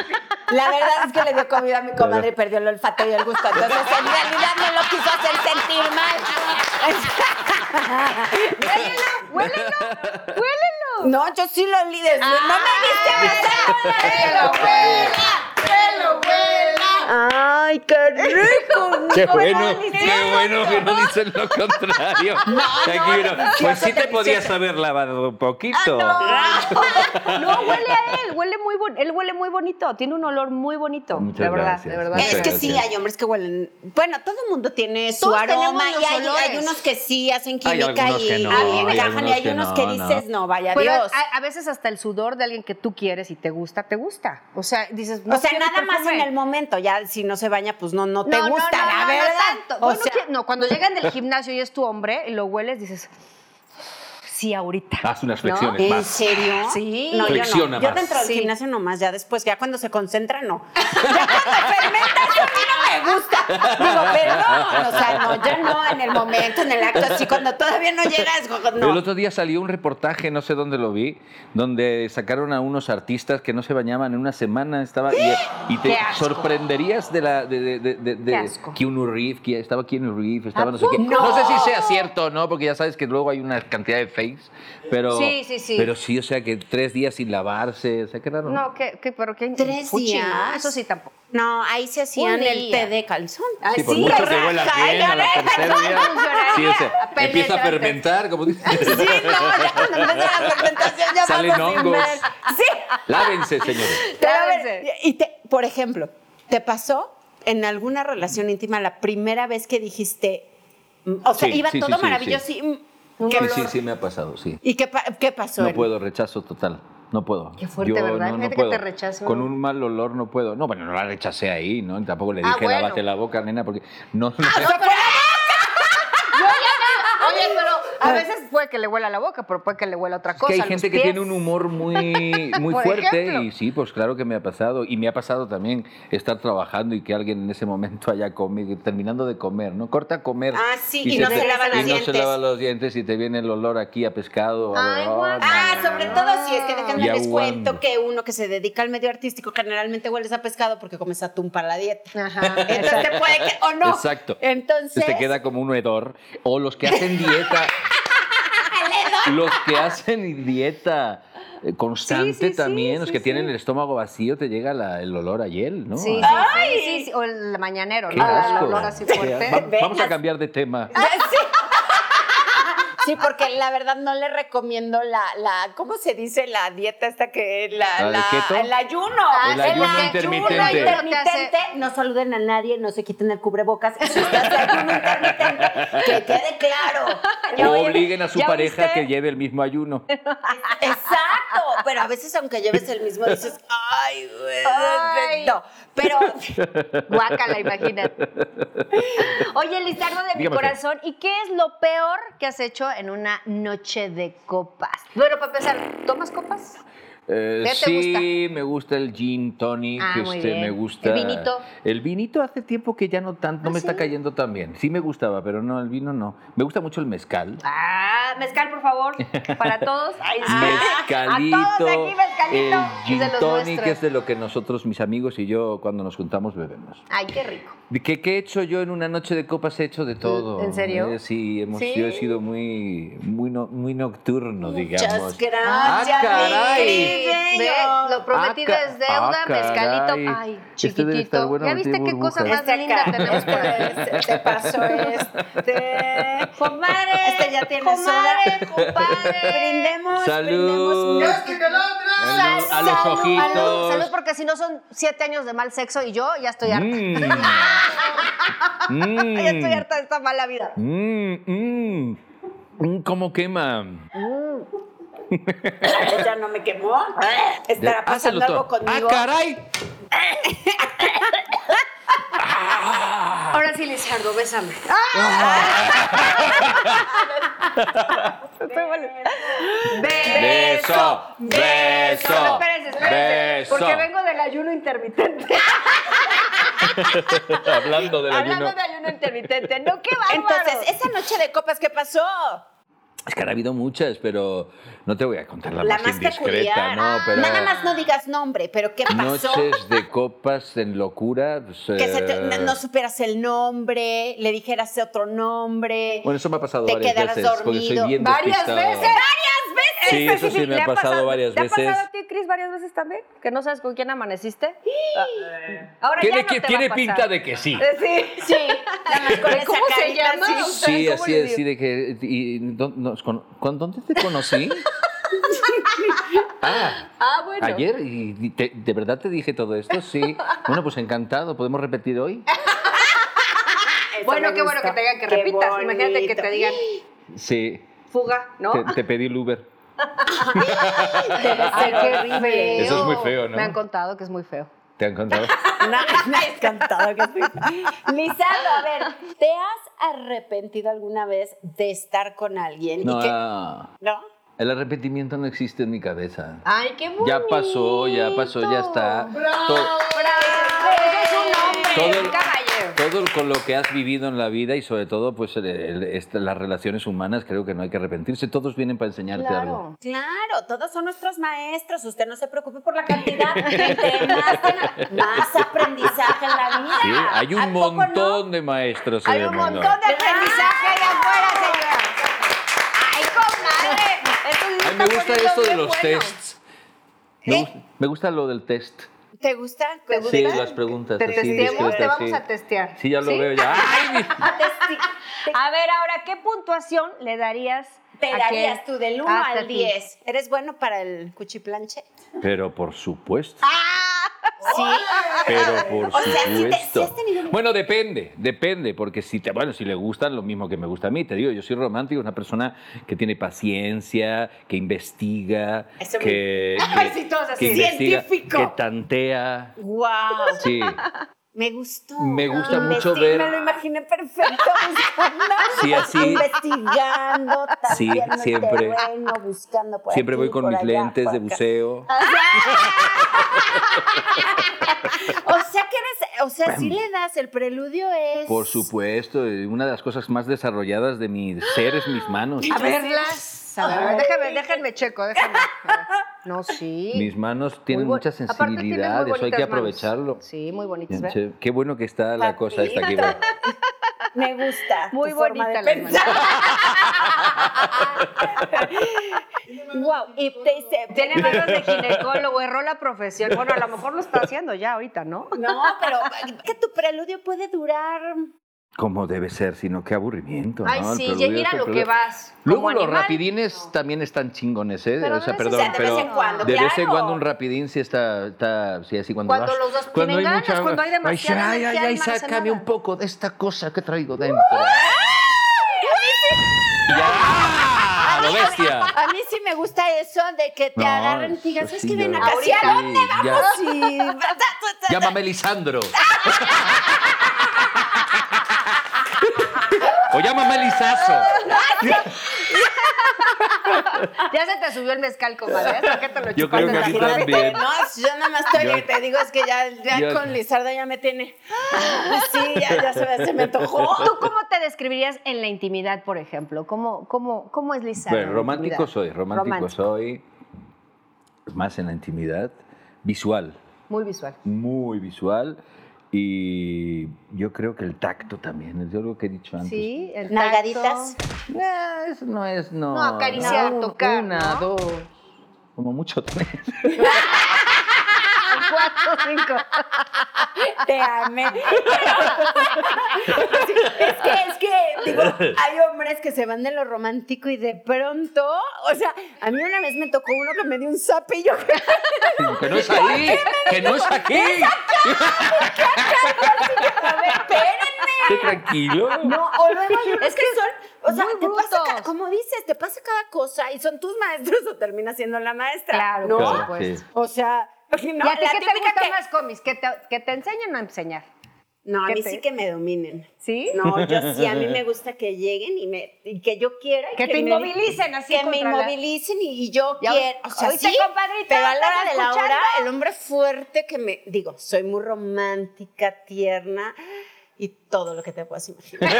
Speaker 1: La verdad es que le dio comida a mi comadre y perdió el olfato y el gusto. Entonces, en realidad me lo quiso hacer sentir mal.
Speaker 5: ¡Huélelo! ¡Huélelo!
Speaker 1: No, yo sí lo olí desde. No me viste besar.
Speaker 5: ¡Huélelo, huélelo!
Speaker 1: Ay, qué rico.
Speaker 2: Qué bueno, qué bueno que no dicen lo contrario. Aquí, mira, pues sí te podías haber lavado
Speaker 5: Ah,
Speaker 2: un poquito.
Speaker 5: No, huele a él, huele muy bon- él huele muy bonito, tiene un olor muy bonito,
Speaker 2: Muchas
Speaker 5: de verdad,
Speaker 2: gracias.
Speaker 5: de verdad.
Speaker 2: Muchas
Speaker 1: Es que sí,
Speaker 2: gracias.
Speaker 1: hay hombres que huelen. Bueno, todo el mundo tiene su
Speaker 5: Todos
Speaker 1: aroma
Speaker 5: tenemos los
Speaker 1: y hay, hay
Speaker 5: olores.
Speaker 1: unos que sí hacen
Speaker 2: Hay
Speaker 1: química
Speaker 2: algunos
Speaker 1: y
Speaker 2: que no,
Speaker 1: a mí me
Speaker 2: hay
Speaker 1: encajan y
Speaker 2: algunos
Speaker 1: hay
Speaker 2: que
Speaker 1: unos
Speaker 2: no,
Speaker 1: que
Speaker 2: no.
Speaker 1: dices, no, vaya
Speaker 5: Pero
Speaker 1: Dios.
Speaker 5: A, a veces hasta el sudor de alguien que tú quieres y te gusta, te gusta. O sea, dices, no
Speaker 1: o sea,
Speaker 5: quiero
Speaker 1: nada más
Speaker 5: perfume.
Speaker 1: en el momento, ya si no se baña, pues no, no te
Speaker 5: No, no,
Speaker 1: gusta,
Speaker 5: no,
Speaker 1: la
Speaker 5: no, no
Speaker 1: verdad.
Speaker 5: tanto.
Speaker 1: O
Speaker 5: Bueno,
Speaker 1: sea-
Speaker 5: ¿quién- no, cuando llegan del gimnasio y es tu hombre y lo hueles, dices, así ahorita.
Speaker 2: Haz unas
Speaker 5: ¿no?
Speaker 2: flexiones
Speaker 1: ¿En
Speaker 2: más.
Speaker 1: serio?
Speaker 5: Sí.
Speaker 1: No, yo
Speaker 2: Flexiona
Speaker 1: no. Yo
Speaker 2: más.
Speaker 1: dentro del
Speaker 5: Sí.
Speaker 1: gimnasio nomás, ya después, ya cuando se concentra, no. Ya cuando fermenta, eso a mí no me gusta. Digo, perdón, o sea, no, ya no, en el momento, en el acto, así, cuando todavía no llegas,
Speaker 2: El
Speaker 1: no.
Speaker 2: otro día salió un reportaje, no sé dónde lo vi, donde sacaron a unos artistas que no se bañaban en una semana. Estaba, y, y te
Speaker 5: ¡Qué asco!
Speaker 2: sorprenderías de la de, de- de- de- de-
Speaker 5: ¡Qué asco!
Speaker 2: Keanu Reeves, que estaba Keanu Reeves, estaba
Speaker 5: ¿A
Speaker 2: no sé qué.
Speaker 5: poco?
Speaker 2: No sé si sea cierto o no, porque ya sabes que luego hay una cantidad de fakes, pero
Speaker 5: Sí, sí, sí.
Speaker 2: pero sí, o sea que tres días sin lavarse, o sea qué raro.
Speaker 5: No, que, que, pero que
Speaker 1: Tres
Speaker 5: fuchi, ¿no?
Speaker 1: días.
Speaker 5: Eso sí tampoco.
Speaker 1: No, ahí se hacían
Speaker 5: Un
Speaker 1: el Ah,
Speaker 5: día.
Speaker 1: té de calzón.
Speaker 2: Sí, por mucho que huelas bien a la tercera día. Sí, o sea, empieza a fermentar, como dices.
Speaker 1: Sí, no, ya cuando empieza la fermentación ya
Speaker 2: Salen
Speaker 1: vas a
Speaker 2: hongos.
Speaker 1: firmar. Sí,
Speaker 2: Lávense, señores.
Speaker 1: Pero a ver,
Speaker 5: Lávense.
Speaker 1: y te, por ejemplo, ¿te pasó en alguna relación íntima la primera vez que dijiste, mm, o sea,
Speaker 2: Sí,
Speaker 1: iba
Speaker 2: sí,
Speaker 1: todo
Speaker 2: sí, sí,
Speaker 1: maravilloso y, mm, qué
Speaker 2: Sí,
Speaker 1: olor?
Speaker 2: sí, sí, me ha pasado, sí.
Speaker 1: ¿Y qué, pa- qué pasó?
Speaker 2: No
Speaker 1: Eri?
Speaker 2: puedo, rechazo total. No puedo.
Speaker 5: Qué fuerte, ¿verdad? Imagínate que te rechace
Speaker 2: Con
Speaker 5: uno.
Speaker 2: un mal olor no puedo. No, bueno, no la rechacé ahí, ¿no? Y Tampoco le
Speaker 5: Ah,
Speaker 2: dije,
Speaker 5: bueno. Ah,
Speaker 2: lávate la boca, nena, porque no... no-
Speaker 5: Oye, pero a
Speaker 1: Ah.
Speaker 5: veces puede que le huela la boca, pero puede que le huela otra
Speaker 2: Es
Speaker 5: cosa.
Speaker 2: que hay
Speaker 5: los
Speaker 2: gente que
Speaker 5: pies.
Speaker 2: tiene un humor muy, muy
Speaker 5: Por
Speaker 2: fuerte
Speaker 5: ejemplo.
Speaker 2: y sí, pues claro que me ha pasado. Y me ha pasado también estar trabajando y que alguien en ese momento haya comido, terminando de comer, ¿no? Corta a comer.
Speaker 1: Ah, sí, y no se lava los
Speaker 2: y no
Speaker 1: dientes.
Speaker 2: se lava los dientes y te viene el olor aquí a pescado. o
Speaker 5: Ay,
Speaker 2: algo.
Speaker 5: guau.
Speaker 1: Ah,
Speaker 2: no,
Speaker 1: sobre
Speaker 2: no,
Speaker 1: todo
Speaker 2: no.
Speaker 1: si es que déjenme
Speaker 2: Y
Speaker 1: les cuento
Speaker 2: aguando.
Speaker 1: que uno que se dedica al medio artístico generalmente hueles a pescado porque comes atún para la dieta.
Speaker 5: Ajá.
Speaker 1: Entonces te puede que, o no.
Speaker 2: Exacto.
Speaker 1: Entonces,
Speaker 2: Se queda como un hedor. O los que hacen dieta. los que hacen dieta eh, constante
Speaker 5: Sí, sí, sí,
Speaker 2: también, los
Speaker 5: sí,
Speaker 2: que
Speaker 5: sí.
Speaker 2: tienen el estómago vacío, te llega la- el olor a hiel, ¿no?
Speaker 5: Sí, sí,
Speaker 2: Ah,
Speaker 5: sí, sí, sí, o el mañanero,
Speaker 2: qué
Speaker 5: ¿no? El
Speaker 2: asco.
Speaker 5: olor así
Speaker 2: Qué
Speaker 5: fuerte.
Speaker 2: asco. Va- vamos a cambiar de tema.
Speaker 1: sí, porque la verdad no le recomiendo la, la ¿cómo se dice la dieta esta que la,
Speaker 2: ¿La de
Speaker 1: la-
Speaker 2: keto?
Speaker 1: el ayuno?
Speaker 5: Ah,
Speaker 2: El ayuno intermitente.
Speaker 1: intermitente. No saluden a nadie, no se quiten el cubrebocas. Si usted hace ayuno intermitente, que quede claro.
Speaker 2: O obliguen a su
Speaker 5: ¿ya
Speaker 2: pareja
Speaker 5: viste?
Speaker 2: que lleve el mismo ayuno.
Speaker 1: Exacto, pero a veces aunque lleves el mismo dices, ay, güey,
Speaker 5: Ay.
Speaker 1: no. Pero
Speaker 5: Guácala, imagínate. Oye, Lizardo de mi
Speaker 2: Dígame, Fer.
Speaker 5: corazón, ¿y qué es lo peor que has hecho en una noche de copas? Bueno, para empezar, ¿tomas copas?
Speaker 2: Eh,
Speaker 5: ¿Qué te
Speaker 2: sí, me gusta el gin tonic,
Speaker 5: Ah, muy
Speaker 2: este,
Speaker 5: bien.
Speaker 2: me gusta
Speaker 5: ¿El vinito? ¿Ah,
Speaker 2: El vinito hace tiempo que ya no tanto, no me está cayendo tan bien. Sí me gustaba, pero no, el vino no. Me gusta mucho el mezcal.
Speaker 5: Ah, mezcal, por favor, para todos. Ay, sí.
Speaker 2: mezcalito,
Speaker 5: Ah, A todos aquí, mezcalito.
Speaker 2: el
Speaker 5: Es de
Speaker 2: gin
Speaker 5: los
Speaker 2: tonic
Speaker 5: nuestros.
Speaker 2: que es de lo que nosotros, mis amigos y yo, cuando nos juntamos, bebemos.
Speaker 5: Ay, qué rico.
Speaker 2: ¿De ¿Qué, qué he hecho yo en una noche de copas? He hecho de todo.
Speaker 5: ¿En serio?
Speaker 2: Eh, sí, hemos,
Speaker 5: Sí.
Speaker 2: yo he sido muy, muy, no- muy nocturno, digamos.
Speaker 1: muchas gracias,
Speaker 2: Ah, caray.
Speaker 1: mi
Speaker 5: Ve,
Speaker 1: bello.
Speaker 5: lo prometido
Speaker 2: Ah, ca-
Speaker 5: es deuda,
Speaker 2: ah,
Speaker 5: mezcalito.
Speaker 2: caray.
Speaker 5: Ay,
Speaker 2: Este debe estar
Speaker 5: chiquitito.
Speaker 2: bueno,
Speaker 5: ¿Ya
Speaker 2: no
Speaker 5: viste
Speaker 2: tiene
Speaker 5: qué cosa
Speaker 2: burbujas.
Speaker 5: más linda tenemos por ahí?
Speaker 1: Se, se pasó este.
Speaker 5: Comadre,
Speaker 1: Este ya tiene
Speaker 5: comadre,
Speaker 1: soda.
Speaker 5: compadre.
Speaker 1: Brindemos,
Speaker 2: ¡Salud!
Speaker 1: brindemos.
Speaker 2: A los- a los
Speaker 1: Salud,
Speaker 2: ojitos.
Speaker 5: Salud, salud, porque si no son siete años de mal sexo y yo ya estoy harta.
Speaker 2: Mm. Mm.
Speaker 5: Ya estoy harta de esta mala vida.
Speaker 2: Mm, mm. Mm, ¿Cómo quema?
Speaker 1: No, ya no me quemó. Estará
Speaker 2: Ah,
Speaker 1: pasando
Speaker 2: saludó.
Speaker 1: algo conmigo.
Speaker 2: ¡Ah, caray!
Speaker 5: Ahora sí, Lizardo, bésame.
Speaker 2: ¡Beso!
Speaker 5: No,
Speaker 2: ¡Beso!
Speaker 5: espérense, espérense, Porque vengo del ayuno intermitente.
Speaker 2: Hablando del ayuno.
Speaker 5: Hablando de ayuno intermitente. No, qué bárbaro.
Speaker 1: Entonces, esa noche de copas, ¿qué pasó?
Speaker 2: Es que han habido muchas, pero no te voy a contar la,
Speaker 1: La
Speaker 2: más,
Speaker 1: más
Speaker 2: indiscreta,
Speaker 1: peculiar.
Speaker 2: ¿no? Pero
Speaker 1: Nada más no digas nombre, pero ¿qué pasó?
Speaker 2: noches de copas en locura. pues,
Speaker 1: Que se te-
Speaker 2: eh,
Speaker 1: no, no superas el nombre, le dijeras otro nombre.
Speaker 2: eh, Bueno, eso me ha pasado
Speaker 1: te
Speaker 2: varias
Speaker 1: quedarás
Speaker 2: veces, porque soy
Speaker 1: dormido.
Speaker 2: bien
Speaker 5: Varias
Speaker 2: despistado.
Speaker 5: veces. ¡Varias veces!
Speaker 2: Sí, eso sí me
Speaker 5: ¿Le
Speaker 2: ha pasado varias
Speaker 5: ¿Te
Speaker 2: veces.
Speaker 5: ha pasado a ti, Cris, varias veces también? ¿Que no sabes con quién amaneciste? Ah. Ahora ya
Speaker 2: Tiene,
Speaker 5: no
Speaker 2: que-
Speaker 5: te
Speaker 2: tiene
Speaker 5: va a pasar.
Speaker 2: pinta de que sí.
Speaker 5: Eh, Sí.
Speaker 1: Sí, nada más con esa
Speaker 5: ¿Cómo se
Speaker 1: carita
Speaker 5: llama?
Speaker 1: así.
Speaker 2: Sí,
Speaker 5: ¿Cómo
Speaker 2: así,
Speaker 5: le
Speaker 2: así de que. Y, ¿dó- nos con- ¿cuán- ¿Dónde te conocí? ah,
Speaker 5: Ah, bueno.
Speaker 2: ayer, y, y te- ¿de verdad te dije todo esto? Sí. Bueno, pues encantado, ¿podemos repetir hoy?
Speaker 1: Ah, Eso
Speaker 5: Bueno,
Speaker 1: me
Speaker 5: qué bueno que
Speaker 1: gusta.
Speaker 5: te digan que
Speaker 1: Qué
Speaker 5: repitas. Imagínate que
Speaker 1: bonito.
Speaker 5: te digan
Speaker 2: Sí.
Speaker 5: fuga, ¿no?
Speaker 2: Te, te pedí el Uber.
Speaker 5: Ay, qué feo.
Speaker 2: Eso es muy feo, ¿no?
Speaker 5: Me han contado que es muy feo.
Speaker 2: ¿Te han contado?
Speaker 1: No, me ha encantado que estoy. Lizardo, a ver, ¿te has arrepentido alguna vez de estar con alguien? y
Speaker 2: No,
Speaker 1: que-
Speaker 2: ah,
Speaker 1: ¿No?
Speaker 2: El arrepentimiento no existe en mi cabeza.
Speaker 5: Ay, qué bonito.
Speaker 2: Ya pasó, ya pasó, ya está. Todo,
Speaker 5: Eres un hombre,
Speaker 2: Todo-
Speaker 5: un caballero.
Speaker 2: todo con lo que has vivido en la vida y sobre todo pues el- el- este, las relaciones humanas creo que no hay que arrepentirse. Todos vienen para enseñarte algo.
Speaker 5: Claro.
Speaker 1: Claro, todos son nuestros maestros. Usted no se preocupe por la cantidad. Entre más, gana- más aprendizaje en la vida.
Speaker 2: Sí,
Speaker 5: Ah,
Speaker 2: hay
Speaker 1: ¿A
Speaker 2: un
Speaker 1: poco no?
Speaker 2: montón de maestros eh, en
Speaker 5: Hay
Speaker 2: el
Speaker 5: un
Speaker 2: mundo.
Speaker 5: montón de aprendizaje allá afuera, señora. Ay, comadre. Esto sí
Speaker 2: Ay,
Speaker 5: está
Speaker 2: me gusta
Speaker 5: poniendo
Speaker 2: esto de
Speaker 5: bien
Speaker 2: los
Speaker 5: bueno.
Speaker 2: tests. Me, gus- me gusta lo del test.
Speaker 1: ¿Te gusta?
Speaker 5: ¿Te
Speaker 2: Sí,
Speaker 5: gusta?
Speaker 2: las preguntas.
Speaker 5: Te
Speaker 2: así,
Speaker 5: testeamos, te
Speaker 2: discretas,
Speaker 5: vamos
Speaker 2: sí.
Speaker 5: a testear.
Speaker 2: Sí, ya lo veo ya. Ay,
Speaker 5: A ver, ahora, ¿qué puntuación le darías?
Speaker 1: ¿Te
Speaker 5: a
Speaker 1: darías
Speaker 5: quien-
Speaker 1: tú del 1
Speaker 5: hasta
Speaker 1: al
Speaker 5: ti?
Speaker 1: 10? Ah, ¿Eres bueno para el cuchiplanche?
Speaker 2: Pero por supuesto.
Speaker 1: Sí.
Speaker 2: Pero por
Speaker 1: O sea, sí te- sí has
Speaker 2: supuesto.
Speaker 1: tenido-
Speaker 2: Bueno, depende, depende, porque si te, bueno, si le gustan lo mismo que me gusta a mí, te digo, yo soy romántico, una persona que tiene paciencia, que investiga,
Speaker 1: Eso me-
Speaker 2: que,
Speaker 1: Ay,
Speaker 2: que-
Speaker 1: sí, todos así.
Speaker 2: que investiga,
Speaker 1: Científico. Pues
Speaker 2: que tantea.
Speaker 1: ¡Wow!
Speaker 2: Sí.
Speaker 1: Me gustó.
Speaker 2: Me gusta
Speaker 1: Ah,
Speaker 2: mucho
Speaker 1: investi-
Speaker 2: ver-
Speaker 1: Me lo imaginé perfecto buscando.
Speaker 2: Sí, así.
Speaker 1: Investigando,
Speaker 2: Sí,
Speaker 1: tanteando el
Speaker 2: siempre.
Speaker 1: terreno, buscando por
Speaker 2: Siempre
Speaker 1: aquí,
Speaker 2: voy con
Speaker 1: por
Speaker 2: mis
Speaker 1: allá,
Speaker 2: lentes
Speaker 1: por
Speaker 2: de
Speaker 1: acá.
Speaker 2: buceo.
Speaker 1: O sea que eres, o sea, sí le das, el preludio es.
Speaker 2: Por supuesto, eh, una de las cosas más desarrolladas de mi ser es mis manos.
Speaker 5: A verlas. A ver, déjame, déjenme checo, déjame. No, sí.
Speaker 2: Mis manos tienen
Speaker 5: Muy bu-
Speaker 2: mucha
Speaker 5: Aparte tienes muy
Speaker 2: sensibilidad, eso hay
Speaker 5: bonitas
Speaker 2: que
Speaker 5: manos.
Speaker 2: aprovecharlo.
Speaker 5: Sí, muy bonitas, ¿verdad?
Speaker 2: Che, Qué bueno que está la cosa esta aquí. ¿verdad?
Speaker 1: Me gusta.
Speaker 5: Muy
Speaker 1: tu forma
Speaker 5: bonita
Speaker 1: de
Speaker 5: las
Speaker 1: wow. Y te dice.
Speaker 5: Tiene manos de ginecólogo, erró la profesión. Bueno, a lo mejor lo está haciendo ya ahorita, ¿no?
Speaker 1: No, pero que tu preludio puede durar.
Speaker 2: Como debe ser, sino qué aburrimiento.
Speaker 5: Ay,
Speaker 2: ¿no? El
Speaker 5: sí, ya
Speaker 2: preludio,
Speaker 5: mira
Speaker 2: el
Speaker 5: lo que
Speaker 2: preludio.
Speaker 5: vas.
Speaker 2: Luego
Speaker 5: como
Speaker 2: los
Speaker 5: animal.
Speaker 2: rapidines también están chingones, ¿eh?
Speaker 5: Pero
Speaker 2: o sea,
Speaker 5: de vez en-
Speaker 2: perdón,
Speaker 5: o sea, de vez
Speaker 2: pero
Speaker 5: en cuando,
Speaker 2: de vez en
Speaker 1: claro.
Speaker 2: cuando un rapidín sí está, está sí, así cuando,
Speaker 5: Cuando
Speaker 2: vas-
Speaker 5: los dos
Speaker 2: cuando
Speaker 5: tienen
Speaker 2: hay
Speaker 5: ganas,
Speaker 2: mucha-
Speaker 5: cuando hay
Speaker 2: Ay,
Speaker 5: demasiada
Speaker 2: ay, ay,
Speaker 5: energía
Speaker 2: ay,
Speaker 5: almacenada.
Speaker 2: sácame un poco de esta cosa que traigo dentro. Y ya, ¡ah! ¡Lo bestia!
Speaker 1: A mí sí me gusta eso de que te
Speaker 2: No,
Speaker 1: agarran y
Speaker 2: eso
Speaker 1: digas, es
Speaker 2: sí,
Speaker 1: que ven
Speaker 2: yo-
Speaker 1: acá. ¿sí a
Speaker 2: Ahorita.
Speaker 1: dónde
Speaker 2: Sí, ya.
Speaker 1: vamos? Sí.
Speaker 2: Llámame Lisandro. o llámame Lizazo.
Speaker 5: Ya se te subió el mezcal, comadre. ¿Hasta qué te lo
Speaker 2: Yo
Speaker 5: chupaste
Speaker 2: creo que a
Speaker 5: la
Speaker 2: ti
Speaker 5: jirafa?
Speaker 2: también.
Speaker 1: No, yo nada más estoy
Speaker 2: Yo-
Speaker 1: que te digo es que ya, ya
Speaker 2: Yo-
Speaker 1: con Lizardo ya me tiene. Pues Sí, ya, ya se, me- se me antojó.
Speaker 5: ¿Tú cómo te describirías en la intimidad, por ejemplo? ¿Cómo, cómo, cómo es Lisa? en
Speaker 2: Bueno,
Speaker 5: la
Speaker 2: romántico
Speaker 5: intimidad?
Speaker 2: soy, romántico soy. Más en la intimidad. Visual,
Speaker 5: Muy visual.
Speaker 2: muy visual. Y yo creo que el tacto también, es algo que he dicho antes.
Speaker 5: Sí, el tacto.
Speaker 1: Nalgaditas.
Speaker 2: Eh, eso no es, no.
Speaker 5: No, acariciar,
Speaker 2: no, un-
Speaker 5: tocar,
Speaker 2: Una,
Speaker 5: ¿no?
Speaker 2: dos. Como mucho tres.
Speaker 5: Cuatro, cinco.
Speaker 1: Te amé. es que, es que, digo, hay hombres que se van de lo romántico y de pronto, o sea, a mí una vez me tocó uno que me dio un zapillo.
Speaker 2: que no es ahí, que no es aquí.
Speaker 1: A ver, espérenme.
Speaker 2: Qué tranquilo.
Speaker 1: No, o luego hay unos
Speaker 5: Es
Speaker 1: que, son, o sea,
Speaker 5: muy
Speaker 1: te pasa,
Speaker 5: brutos.
Speaker 1: ca- como dices, te pasa cada cosa y son tus maestros o termina siendo la maestra.
Speaker 5: Claro,
Speaker 1: ¿no?
Speaker 5: por
Speaker 2: Claro,
Speaker 5: supuesto.
Speaker 2: sí.
Speaker 1: O sea, no,
Speaker 5: ¿Y a ti
Speaker 1: la
Speaker 5: qué te
Speaker 1: típica
Speaker 5: gusta
Speaker 1: que-
Speaker 5: más cómics? ¿Que te, que te enseñen a enseñar?
Speaker 1: No, a
Speaker 5: ¿Qué
Speaker 1: mí
Speaker 5: te-
Speaker 1: sí que me dominen.
Speaker 5: ¿Sí?
Speaker 1: No, yo sí, a mí me gusta que lleguen y, me, y que yo quiera. y
Speaker 5: Que te
Speaker 1: me-
Speaker 5: inmovilicen así
Speaker 1: Que me
Speaker 5: contra la-
Speaker 1: inmovilicen y, y yo
Speaker 5: Ya,
Speaker 1: quiero. O sea,
Speaker 5: oíste,
Speaker 1: sí,
Speaker 5: compadrito,
Speaker 1: pero a la
Speaker 5: ¿estás
Speaker 1: hora de la
Speaker 5: escuchando?
Speaker 1: hora, el hombre fuerte que me... Digo, soy muy romántica, tierna y todo lo que te puedas imaginar.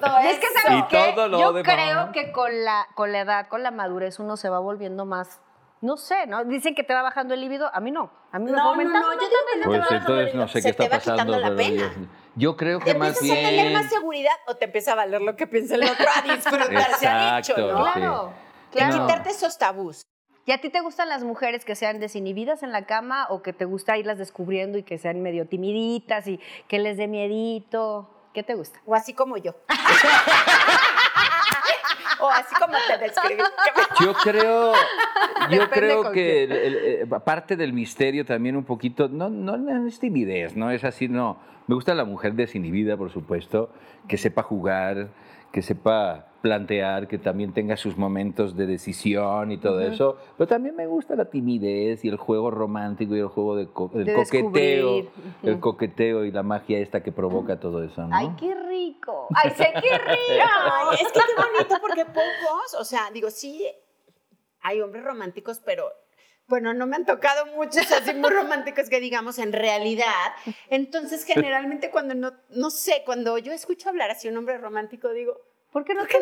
Speaker 1: todo
Speaker 5: Es que
Speaker 1: eso.
Speaker 5: sabes
Speaker 2: Y
Speaker 5: qué?
Speaker 2: todo lo
Speaker 5: yo
Speaker 2: demás.
Speaker 5: creo que con la, con la edad, con la madurez, uno se va volviendo más. No sé, ¿no? Dicen que te va bajando el líbido. A mí no. A mí me va
Speaker 1: No, no,
Speaker 5: aumentando.
Speaker 1: no, yo digo que no te
Speaker 2: Pues
Speaker 1: va a bajar
Speaker 2: entonces no sé
Speaker 1: se
Speaker 2: qué está
Speaker 1: te va quitando
Speaker 2: pasando.
Speaker 1: la
Speaker 2: pero
Speaker 1: pena.
Speaker 2: yo, yo creo
Speaker 1: Te
Speaker 2: que más
Speaker 1: empiezas
Speaker 2: bien.
Speaker 1: a tener más seguridad o te empieza a valer lo que piensa el otro, a disfrutar, se ha dicho,
Speaker 2: Exacto,
Speaker 1: ¿no?
Speaker 2: sí.
Speaker 5: Claro,
Speaker 1: Y
Speaker 5: claro.
Speaker 2: No.
Speaker 1: quitarte esos tabús.
Speaker 5: ¿Y a ti te gustan las mujeres que sean desinhibidas en la cama o que te gusta irlas descubriendo y que sean medio timiditas y que les dé miedito? ¿Qué te gusta?
Speaker 1: O así como yo. o así como te describí.
Speaker 2: Yo creo, yo
Speaker 5: Depende
Speaker 2: creo
Speaker 5: con
Speaker 2: que el- el- eh, parte del misterio también un poquito, no, no, no es timidez, no es así, no. Me gusta la mujer desinhibida, por supuesto, que sepa jugar, que sepa plantear, que también tenga sus momentos de decisión y todo eso. Pero también me gusta la timidez y el juego romántico y el juego de co- el
Speaker 5: De
Speaker 2: coqueteo,
Speaker 5: descubrir.
Speaker 2: el coqueteo y la magia esta que provoca todo eso, ¿no?
Speaker 5: ¡Ay, qué rico! ¡Ay, sé qué rico!
Speaker 1: Ay, es que qué bonito porque pocos, o sea, digo, sí, hay hombres románticos, pero bueno, no me han tocado muchos así muy románticos que digamos en realidad. Entonces, generalmente cuando no, no sé, cuando yo escucho hablar así un hombre romántico, digo,
Speaker 5: ¿Por qué no te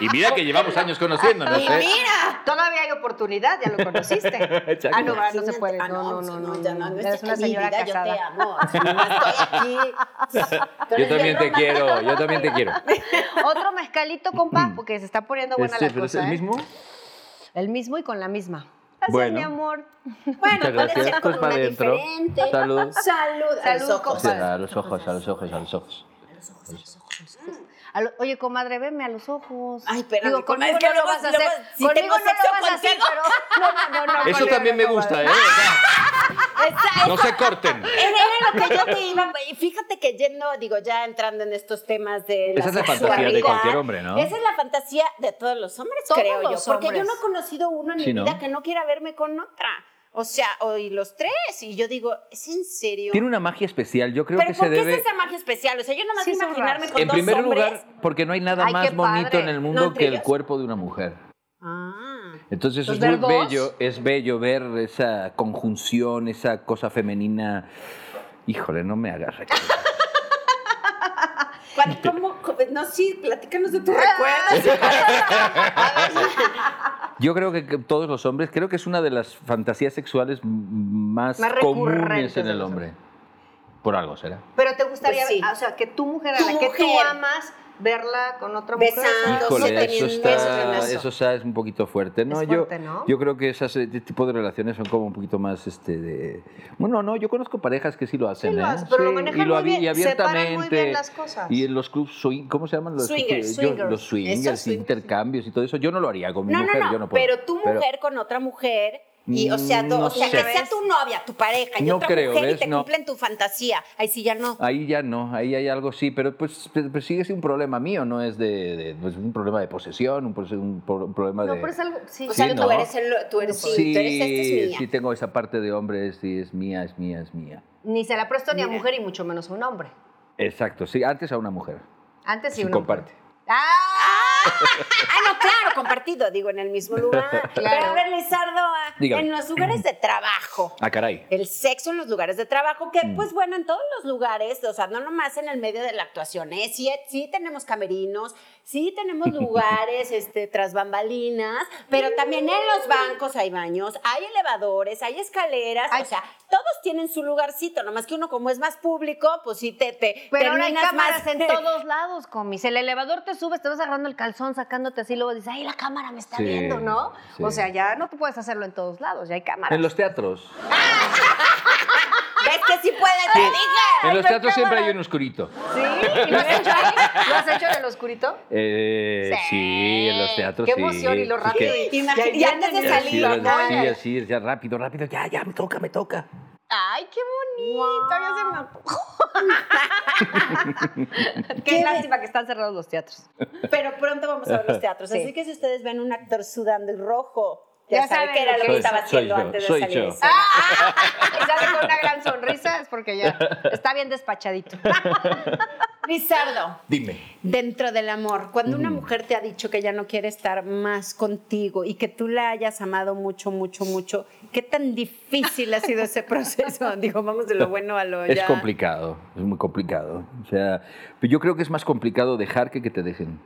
Speaker 2: Y mira que llevamos años conociéndonos, ¿eh?
Speaker 1: mira.
Speaker 5: Todavía hay oportunidad, ya lo conociste.
Speaker 2: Chaca.
Speaker 5: Ah, no, no se puede.
Speaker 1: Ah,
Speaker 5: No, no, no, no.
Speaker 1: ya no, no,
Speaker 5: Eres
Speaker 1: es
Speaker 5: una
Speaker 1: mi
Speaker 5: señora
Speaker 1: vida, Yo te
Speaker 5: casada.
Speaker 1: amo, si no estoy aquí. Tú
Speaker 2: Yo también
Speaker 1: eres bien
Speaker 2: te
Speaker 1: romántica.
Speaker 2: quiero, yo también te quiero.
Speaker 5: Otro mezcalito, compa, porque se está poniendo buena
Speaker 2: Este,
Speaker 5: la
Speaker 2: pero ¿Es
Speaker 5: cosa.
Speaker 2: el
Speaker 5: ¿eh?
Speaker 2: mismo?
Speaker 5: El mismo y con la misma. Gracias,
Speaker 2: Bueno.
Speaker 5: mi amor.
Speaker 2: Muchas
Speaker 1: Bueno, puede
Speaker 2: gracias.
Speaker 1: ser con
Speaker 2: Pues
Speaker 1: una
Speaker 2: para adentro.
Speaker 1: diferente.
Speaker 2: Salud.
Speaker 1: Salud, a los
Speaker 5: Salud,
Speaker 1: ojos.
Speaker 5: compadre.
Speaker 2: a los ojos, a los ojos, a los ojos.
Speaker 5: A lo- oye, comadre, veme a los ojos.
Speaker 1: Ay, espérame,
Speaker 5: Digo,
Speaker 1: comadre, es
Speaker 5: conmigo
Speaker 1: que
Speaker 5: no lo
Speaker 1: luego-
Speaker 5: vas a
Speaker 1: luego,
Speaker 5: hacer.
Speaker 1: si
Speaker 5: conmigo
Speaker 1: tengo
Speaker 5: no
Speaker 1: sexo
Speaker 5: lo vas a hacer,
Speaker 1: contigo.
Speaker 5: pero... No, no, no, no.
Speaker 2: Eso
Speaker 5: conmigo
Speaker 2: también
Speaker 5: no,
Speaker 2: me
Speaker 5: comadre.
Speaker 2: gusta, ¿eh? O sea, No se corten.
Speaker 1: Era era lo que yo te iba. Y fíjate que yendo, digo, ya entrando en estos temas de. La
Speaker 2: Esa es la fantasía de
Speaker 1: sexualidad,
Speaker 2: cualquier hombre, ¿no?
Speaker 1: Esa es la fantasía de todos los hombres,
Speaker 5: Todos
Speaker 1: creo yo.
Speaker 5: los
Speaker 1: Porque yo
Speaker 5: hombres.
Speaker 1: no he conocido uno en
Speaker 2: Sí,
Speaker 1: mi
Speaker 2: ¿no?
Speaker 1: vida que no quiera verme con otra. O sea, o, y los tres. Y yo digo, ¿es en serio?
Speaker 2: Tiene una magia especial, yo creo
Speaker 1: Pero
Speaker 2: que
Speaker 1: ¿por
Speaker 2: se
Speaker 1: qué es
Speaker 2: debe...
Speaker 1: esa magia especial? O sea, yo nomás
Speaker 5: Sí, son
Speaker 1: imaginarme
Speaker 5: raros.
Speaker 1: con
Speaker 2: En
Speaker 1: dos
Speaker 2: primer
Speaker 1: hombres.
Speaker 2: lugar, porque no hay nada
Speaker 5: Ay,
Speaker 2: más
Speaker 5: qué
Speaker 2: bonito
Speaker 5: padre.
Speaker 2: en el
Speaker 1: No,
Speaker 2: mundo
Speaker 1: entre
Speaker 2: que el
Speaker 1: ellos.
Speaker 2: cuerpo de una mujer.
Speaker 1: Ah.
Speaker 2: Entonces
Speaker 5: Pues
Speaker 2: es muy
Speaker 5: ver dos.
Speaker 2: bello, es bello ver esa conjunción, esa cosa femenina. Híjole, no me agarre.
Speaker 1: ¿Cuál- cómo- cómo- No, sí, platícanos de tu recuerdo.
Speaker 2: Yo creo que que todos los hombres, creo que es una de las fantasías sexuales m- más,
Speaker 5: Más
Speaker 2: comunes
Speaker 5: recurrentes
Speaker 2: en
Speaker 5: de
Speaker 2: el
Speaker 5: los
Speaker 2: hombre. Por algo será.
Speaker 5: Pero te gustaría,
Speaker 1: Pues sí.
Speaker 5: o sea, que tu mujer, a
Speaker 1: Tu
Speaker 5: la que tú
Speaker 1: mujer.
Speaker 5: amas, verla con otra mujer.
Speaker 1: Besando.
Speaker 5: o sea,
Speaker 1: Híjole,
Speaker 5: no te-
Speaker 2: eso
Speaker 1: teniendo
Speaker 2: está,
Speaker 1: eso.
Speaker 2: eso está- es un poquito fuerte, ¿no?
Speaker 5: Es
Speaker 2: yo,
Speaker 5: fuerte, ¿no?
Speaker 2: yo creo que esas, este tipo de relaciones son como un poquito más, este, de... bueno, no, yo conozco parejas que sí lo hacen,
Speaker 5: Sí lo
Speaker 2: ¿eh?
Speaker 5: hacen, pero lo manejan
Speaker 2: y lo
Speaker 5: muy bien,
Speaker 2: y abiertamente.
Speaker 5: separan muy bien las cosas.
Speaker 2: Y en los clubs, swing, ¿cómo se llaman los
Speaker 1: Swingers,
Speaker 2: yo-
Speaker 1: swingers.
Speaker 2: los swingers,
Speaker 1: Esos swingers.
Speaker 2: intercambios y todo eso. Yo no lo haría con mi
Speaker 1: No,
Speaker 2: mujer,
Speaker 1: no, no,
Speaker 2: yo no puedo.
Speaker 1: pero tu mujer con otra mujer y, o sea,
Speaker 2: Mm,
Speaker 1: do-
Speaker 2: no
Speaker 1: o sea
Speaker 2: sé.
Speaker 1: que sea tu novia, tu pareja y
Speaker 2: No
Speaker 1: otra
Speaker 2: creo,
Speaker 1: mujer y
Speaker 2: ¿ves?
Speaker 1: te
Speaker 2: No. Ah,
Speaker 1: cumplen tu fantasía. Ahí sí ya no.
Speaker 2: Ahí ya no, ahí hay algo sí, pero pues, pe- pero sigue siendo un problema mío, no es de, de- pues, un problema de posesión, un, pro- un pro- problema
Speaker 5: No,
Speaker 2: de...
Speaker 5: pero es Pues algo... Sí.
Speaker 1: O sea,
Speaker 2: Sí,
Speaker 1: tú
Speaker 2: ¿no?
Speaker 1: eres el, tú eres, sí, tú eres esta es mía.
Speaker 2: sí, tengo esa parte de hombre, sí, es mía, es mía, es mía.
Speaker 5: Ni se la presto ni a mujer y mucho menos a un hombre.
Speaker 2: Exacto, sí, antes a una mujer.
Speaker 5: Antes sí,
Speaker 2: Sí,
Speaker 5: una
Speaker 2: comparte.
Speaker 5: mujer. ¡Ah!
Speaker 1: Ah, no, claro, compartido, digo, en el mismo lugar. Pero a ver, Lizardo, ah,
Speaker 2: Dígame.
Speaker 1: en los lugares de trabajo.
Speaker 2: Ah, caray.
Speaker 1: El sexo en los lugares de trabajo, que pues bueno, en todos los lugares, o sea, no nomás en el medio de la actuación, ¿eh? sí, sí tenemos camerinos, sí tenemos lugares este, tras bambalinas, pero también en los bancos hay baños, hay elevadores, hay escaleras,
Speaker 5: Ay.
Speaker 1: o sea, todos tienen su lugarcito, nomás que uno como es más público, pues sí te, te
Speaker 5: Pero ahora hay
Speaker 1: terminas
Speaker 5: cámaras
Speaker 1: más-
Speaker 5: en todos lados, comis. El elevador te subes, te vas agarrando el calzón, sacándote así, luego dices, ay, la cámara me está
Speaker 2: Sí,
Speaker 5: viendo, ¿no?
Speaker 2: sí.
Speaker 5: O sea, ya no te puedes hacerlo en todos lados, ya hay cámaras.
Speaker 2: En los teatros.
Speaker 1: ¿Ves que sí pueden? Te dije.
Speaker 2: en los
Speaker 5: la
Speaker 2: teatros siempre
Speaker 5: cámara.
Speaker 2: hay un oscurito.
Speaker 5: ¿Sí? ¿Y lo has hecho ahí? ¿Lo has hecho en el oscurito?
Speaker 2: Eh, sí. en los teatros
Speaker 5: Qué
Speaker 2: sí.
Speaker 5: emoción y lo
Speaker 2: Es
Speaker 5: rápido.
Speaker 2: que-
Speaker 5: Y,
Speaker 1: Imagina- y antes de
Speaker 2: y
Speaker 1: salir,
Speaker 2: así,
Speaker 1: ¿no?
Speaker 2: así, así, ya rápido, rápido, ya, ya, me toca, me toca.
Speaker 5: Ay, qué bonito. Ya se me antojó. qué lástima que están cerrados los teatros.
Speaker 1: Pero pronto vamos a ver los teatros.
Speaker 5: Sí.
Speaker 1: Así que si ustedes ven un actor sudando y rojo, ya,
Speaker 5: Ya
Speaker 1: saben Ah,
Speaker 5: saben
Speaker 1: que era
Speaker 5: lo
Speaker 1: lo
Speaker 5: que
Speaker 1: que
Speaker 2: es. Soy
Speaker 1: estaba haciendo
Speaker 2: yo,
Speaker 1: antes de
Speaker 2: soy
Speaker 1: salir.
Speaker 2: yo.
Speaker 1: de escena.
Speaker 5: Y sale con una gran sonrisa, es porque ya está bien despachadito.
Speaker 1: Lizardo,
Speaker 2: Dime.
Speaker 1: dentro del amor, cuando
Speaker 2: Mm.
Speaker 1: una mujer te ha dicho que ya no quiere estar más contigo y que tú la hayas amado mucho, mucho, mucho, ¿qué tan difícil ha sido ese proceso? Digo, vamos de lo bueno a lo
Speaker 2: Es
Speaker 1: ya.
Speaker 2: complicado, es muy complicado. O sea, pero yo creo que es más complicado dejar que que te dejen.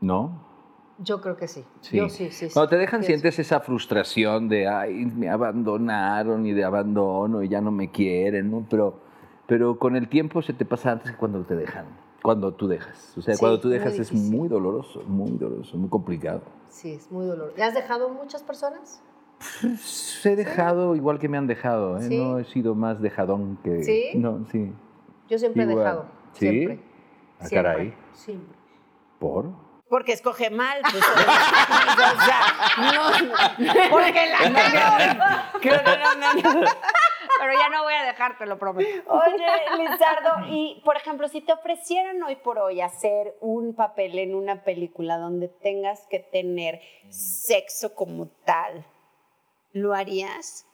Speaker 2: ¿No?
Speaker 5: Yo creo que sí. Yo sí, sí. sí.
Speaker 2: Cuando te dejan
Speaker 5: Sí,
Speaker 2: sientes esa frustración de, ay, me abandonaron y de abandono y ya no me quieren, ¿no? Pero, pero con el tiempo se te pasa antes que cuando te dejan, cuando tú dejas. O sea,
Speaker 5: Sí,
Speaker 2: cuando tú
Speaker 5: muy
Speaker 2: dejas es
Speaker 5: difícil.
Speaker 2: muy doloroso, muy doloroso, muy complicado.
Speaker 5: Sí, es muy doloroso. ¿Le has dejado muchas personas?
Speaker 2: Pues, he dejado igual que me han dejado, ¿eh?
Speaker 5: Sí.
Speaker 2: No he sido más dejadón que...
Speaker 5: ¿Sí?
Speaker 2: No, sí.
Speaker 5: Yo siempre he
Speaker 2: Igual.
Speaker 5: dejado.
Speaker 2: ¿Sí?
Speaker 5: Siempre.
Speaker 2: Ah,
Speaker 5: Siempre,
Speaker 2: caray.
Speaker 5: Siempre.
Speaker 2: ¿Por?
Speaker 1: Porque escoge mal. pues, o sea, no, no.
Speaker 5: Porque la
Speaker 1: Creo que no, no, no.
Speaker 5: pero ya no voy a dejar, te lo prometo.
Speaker 1: Oye, Lizardo, y por ejemplo, si te ofrecieran hoy por hoy hacer un papel en una película donde tengas que tener sexo como tal, ¿lo harías?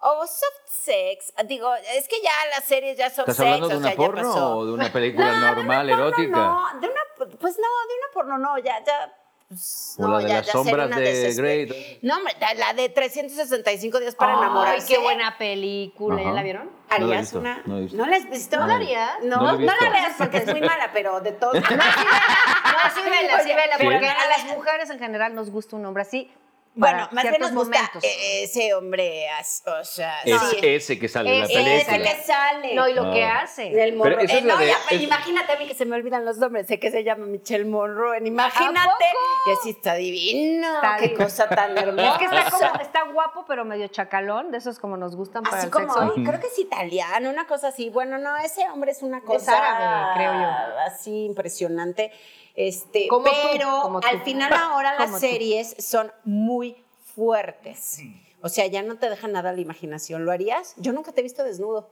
Speaker 1: O soft sex, digo, es que ya las series ya son
Speaker 2: ¿Estás
Speaker 1: sex,
Speaker 2: hablando de
Speaker 1: o
Speaker 2: una
Speaker 1: sea, ya
Speaker 2: porno
Speaker 1: pasó.
Speaker 2: o de una película normal,
Speaker 1: porno
Speaker 2: erótica?
Speaker 1: No, de una, pues no, de una porno no, ya, ya, pues,
Speaker 2: O
Speaker 1: no,
Speaker 2: la de
Speaker 1: ya,
Speaker 2: las
Speaker 1: ya
Speaker 2: sombras
Speaker 1: una
Speaker 2: de
Speaker 1: desesper-
Speaker 2: Grey.
Speaker 1: No, hombre, la- la de 365 días para
Speaker 5: Ay,
Speaker 1: enamorarse.
Speaker 5: qué buena película, ¿ya
Speaker 2: Ajá.
Speaker 5: la vieron?
Speaker 2: No la he
Speaker 1: ¿Harías
Speaker 2: visto,
Speaker 1: una?
Speaker 2: no la he visto.
Speaker 1: ¿No la has visto?
Speaker 2: No la he visto. No
Speaker 1: No,
Speaker 2: la
Speaker 1: no,
Speaker 2: he visto.
Speaker 1: la veas porque es muy mala, pero de todos. modos.
Speaker 5: No, sí, vela, sí,
Speaker 1: Oye,
Speaker 5: vela,
Speaker 2: ¿sí?
Speaker 5: porque a las mujeres en general nos gusta un hombre así.
Speaker 1: Bueno,
Speaker 5: para
Speaker 1: más bien
Speaker 5: ciertos
Speaker 1: nos gusta
Speaker 5: momentos.
Speaker 1: eh, ese hombre, as- o sea,
Speaker 2: Es
Speaker 1: sí.
Speaker 2: ese que sale en la
Speaker 5: Ese que
Speaker 1: Ese
Speaker 2: película.
Speaker 1: que sale.
Speaker 5: No, y lo
Speaker 2: No.
Speaker 5: que hace.
Speaker 1: Del Monroe.
Speaker 2: esa es
Speaker 1: Eh,
Speaker 2: la
Speaker 1: no,
Speaker 2: de-
Speaker 1: ya,
Speaker 2: es-
Speaker 1: imagínate a mí que se me olvidan los nombres. Sé que se llama Michelle Monroe. Imagínate. Y así está divino.
Speaker 5: Está
Speaker 1: qué
Speaker 5: divino.
Speaker 1: cosa tan hermosa.
Speaker 5: Es que está, como, está guapo, pero medio chacalón, de esos como nos gustan para
Speaker 1: Así
Speaker 5: el
Speaker 1: como,
Speaker 5: sexo.
Speaker 1: creo que es italiano, una cosa así. Bueno, no, ese hombre es una cosa
Speaker 5: árabe, creo yo.
Speaker 1: así impresionante. Este,
Speaker 5: Como tú,
Speaker 1: pero
Speaker 5: como tú.
Speaker 1: al final ahora
Speaker 5: Como
Speaker 1: las
Speaker 5: tú.
Speaker 1: series son muy fuertes. O sea, ya no te deja nada la imaginación. ¿Lo harías? Yo nunca te he visto desnudo.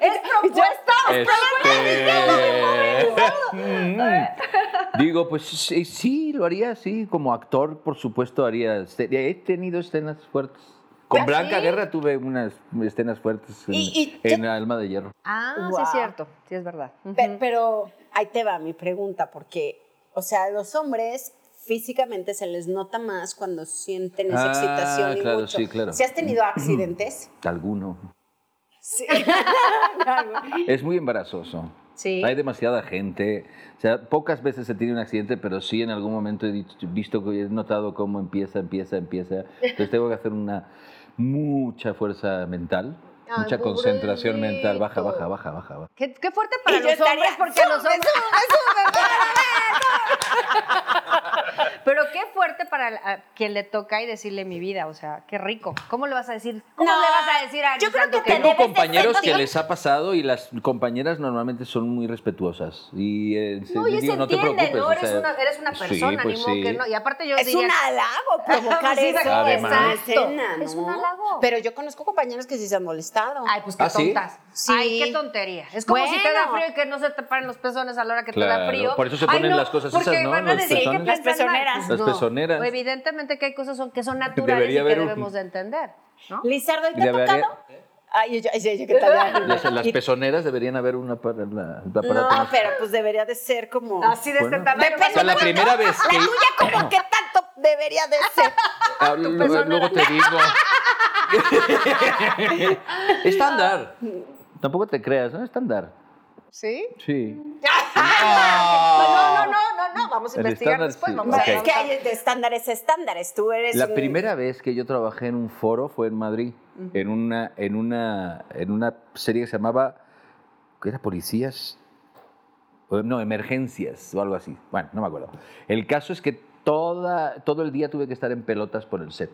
Speaker 5: Es propuesta.
Speaker 2: Mm. Este, Digo, pues sí, sí, lo haría así. Como actor, por supuesto, haría. escena- He tenido escenas fuertes. Con Blanca Guerra tuve unas escenas fuertes en,
Speaker 1: ¿Ah, Y- y
Speaker 2: en Alma de Hierro.
Speaker 5: Ah, sí
Speaker 1: Guau.
Speaker 5: es cierto, sí es verdad. Ujú.
Speaker 1: Pe- Pero ahí te va mi pregunta, porque, o sea, a los hombres físicamente se les nota más cuando sienten
Speaker 2: Ah,
Speaker 1: esa excitación y
Speaker 2: claro,
Speaker 1: mucho.
Speaker 2: sí, claro.
Speaker 1: ¿Si has tenido accidentes?
Speaker 2: Alguno. Es muy embarazoso.
Speaker 5: Sí.
Speaker 2: Hay demasiada gente. O sea, pocas veces se tiene un accidente, pero sí en algún momento he dicho- visto, que he notado cómo empieza, empieza, empieza. Entonces tengo que hacer una mucha fuerza mental,
Speaker 5: Ay,
Speaker 2: mucha concentración
Speaker 5: pobrecito.
Speaker 2: mental. Baja, baja, baja, baja. baja.
Speaker 5: Qué, qué fuerte para
Speaker 1: Y yo
Speaker 5: los
Speaker 1: estaría,
Speaker 5: hombres, porque los hombres. Pero qué fuerte para la- a quien le toca y decirle mi vida, o sea, qué rico. ¿Cómo le vas a decir? ¿Cómo
Speaker 1: No,
Speaker 5: le vas a decir a
Speaker 1: yo creo
Speaker 5: Lisandro
Speaker 1: que te
Speaker 5: no?
Speaker 2: Tengo
Speaker 1: debes de
Speaker 2: compañeros que
Speaker 1: sentir-
Speaker 2: les ha pasado y las compañeras normalmente son muy respetuosas. Y, eh,
Speaker 5: No,
Speaker 2: se-
Speaker 5: y se
Speaker 2: digo, no te
Speaker 5: entiende,
Speaker 2: preocupes.
Speaker 5: ¿no?
Speaker 2: o
Speaker 5: Eres
Speaker 2: sea,
Speaker 5: una, eres una persona,
Speaker 2: sí, pues
Speaker 5: ni modo
Speaker 2: sí.
Speaker 5: que no. Y aparte yo
Speaker 1: Es
Speaker 5: diría.
Speaker 1: un halago provocar
Speaker 5: Pues sí,
Speaker 1: eso.
Speaker 2: Además.
Speaker 1: en una
Speaker 5: exacto.
Speaker 1: escena,
Speaker 5: Es un
Speaker 1: ¿no?
Speaker 5: halago.
Speaker 1: Pero yo conozco compañeros que sí se han molestado.
Speaker 5: Ay, pues qué
Speaker 2: ¿Ah, sí?
Speaker 5: tontas.
Speaker 1: Sí.
Speaker 5: Ay, qué tontería. Es como si te da
Speaker 1: Bueno.
Speaker 5: frío y que no se te paren los pezones a la hora que te da
Speaker 2: Claro,
Speaker 5: frío.
Speaker 2: por eso se
Speaker 5: Ay,
Speaker 2: ponen
Speaker 5: no,
Speaker 2: las cosas
Speaker 5: porque
Speaker 2: esas, ¿no?
Speaker 5: Van a
Speaker 2: Los
Speaker 5: decir que
Speaker 2: pezones.
Speaker 5: piensan
Speaker 1: Las pezoneras.
Speaker 5: mal.
Speaker 2: Las pezoneras.
Speaker 5: Evidentemente que hay cosas son- que son naturales
Speaker 2: Debería
Speaker 5: y que
Speaker 2: haber un-
Speaker 5: debemos de entender. ¿no?
Speaker 1: Lizardo, ¿y te ha
Speaker 2: Debería-
Speaker 1: tocado? Ay, yo, ay, yo- yo qué tal.
Speaker 2: Las, las
Speaker 1: Y-
Speaker 2: pezoneras deberían haber una para la, la aparato
Speaker 1: No,
Speaker 2: más-
Speaker 1: pero pues debería de ser como...
Speaker 5: Así de
Speaker 2: Bueno.
Speaker 5: este tamaño.
Speaker 1: Depende
Speaker 2: O sea, la
Speaker 1: cuánto-
Speaker 2: primera vez que-
Speaker 1: La tuya como que tanto debería de ser.
Speaker 2: Ah, lu- luego, te digo. Estándar. Tampoco te creas, ¿no? Estándar.
Speaker 5: ¿Sí?
Speaker 2: Sí.
Speaker 5: No, no, no, no, no, vamos a
Speaker 2: El
Speaker 5: investigar
Speaker 2: estándar,
Speaker 5: después.
Speaker 2: sí.
Speaker 5: Vamos
Speaker 1: Bueno,
Speaker 5: a
Speaker 2: Ok.
Speaker 1: Es que hay de estándares a estándares. Tú eres
Speaker 2: La
Speaker 1: un-
Speaker 2: primera vez que yo trabajé en un foro fue en Madrid, en, una, en, una, en una serie que se llamaba, ¿qué era? Policías, O, no, emergencias o algo así. Bueno, no me acuerdo. El caso es que toda, todo el día tuve que estar en pelotas por el set.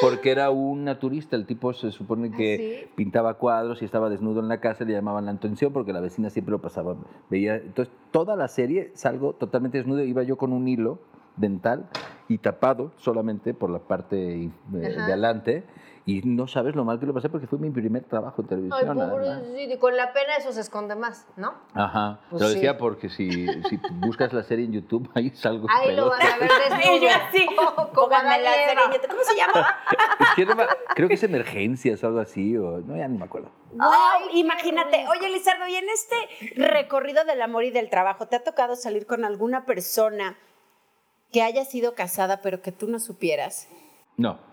Speaker 2: Porque era un naturista, el tipo se supone
Speaker 5: Ah,
Speaker 2: que pintaba cuadros y estaba desnudo en la casa, le llamaban la atención porque la vecina siempre lo pasaba, veía. Entonces, toda la serie salgo totalmente desnudo, iba yo con un hilo dental y tapado solamente por la parte eh, de adelante y no sabes lo mal que lo pasé porque fue mi primer trabajo en televisión. además.
Speaker 5: pobrecito, y con la pena eso se esconde más, ¿no?
Speaker 2: Ajá, te
Speaker 5: Pues
Speaker 2: lo
Speaker 5: sí.
Speaker 2: decía porque si, si buscas la serie en YouTube, ahí salgo
Speaker 5: Ahí lo
Speaker 2: pelotas.
Speaker 5: van a ver desnudo.
Speaker 1: Y yo así,
Speaker 5: Oh, como
Speaker 1: pónganme
Speaker 5: Adán y
Speaker 1: la
Speaker 5: Eva.
Speaker 1: servilleta. ¿Cómo se llama?
Speaker 2: ¿Qué era? Creo que es emergencias o algo así, o no, ya ni me acuerdo.
Speaker 1: Wow, imagínate. Oye, Lizardo, y en este recorrido del amor y del trabajo, ¿te ha tocado salir con alguna persona que haya sido casada pero que tú no supieras?
Speaker 2: No,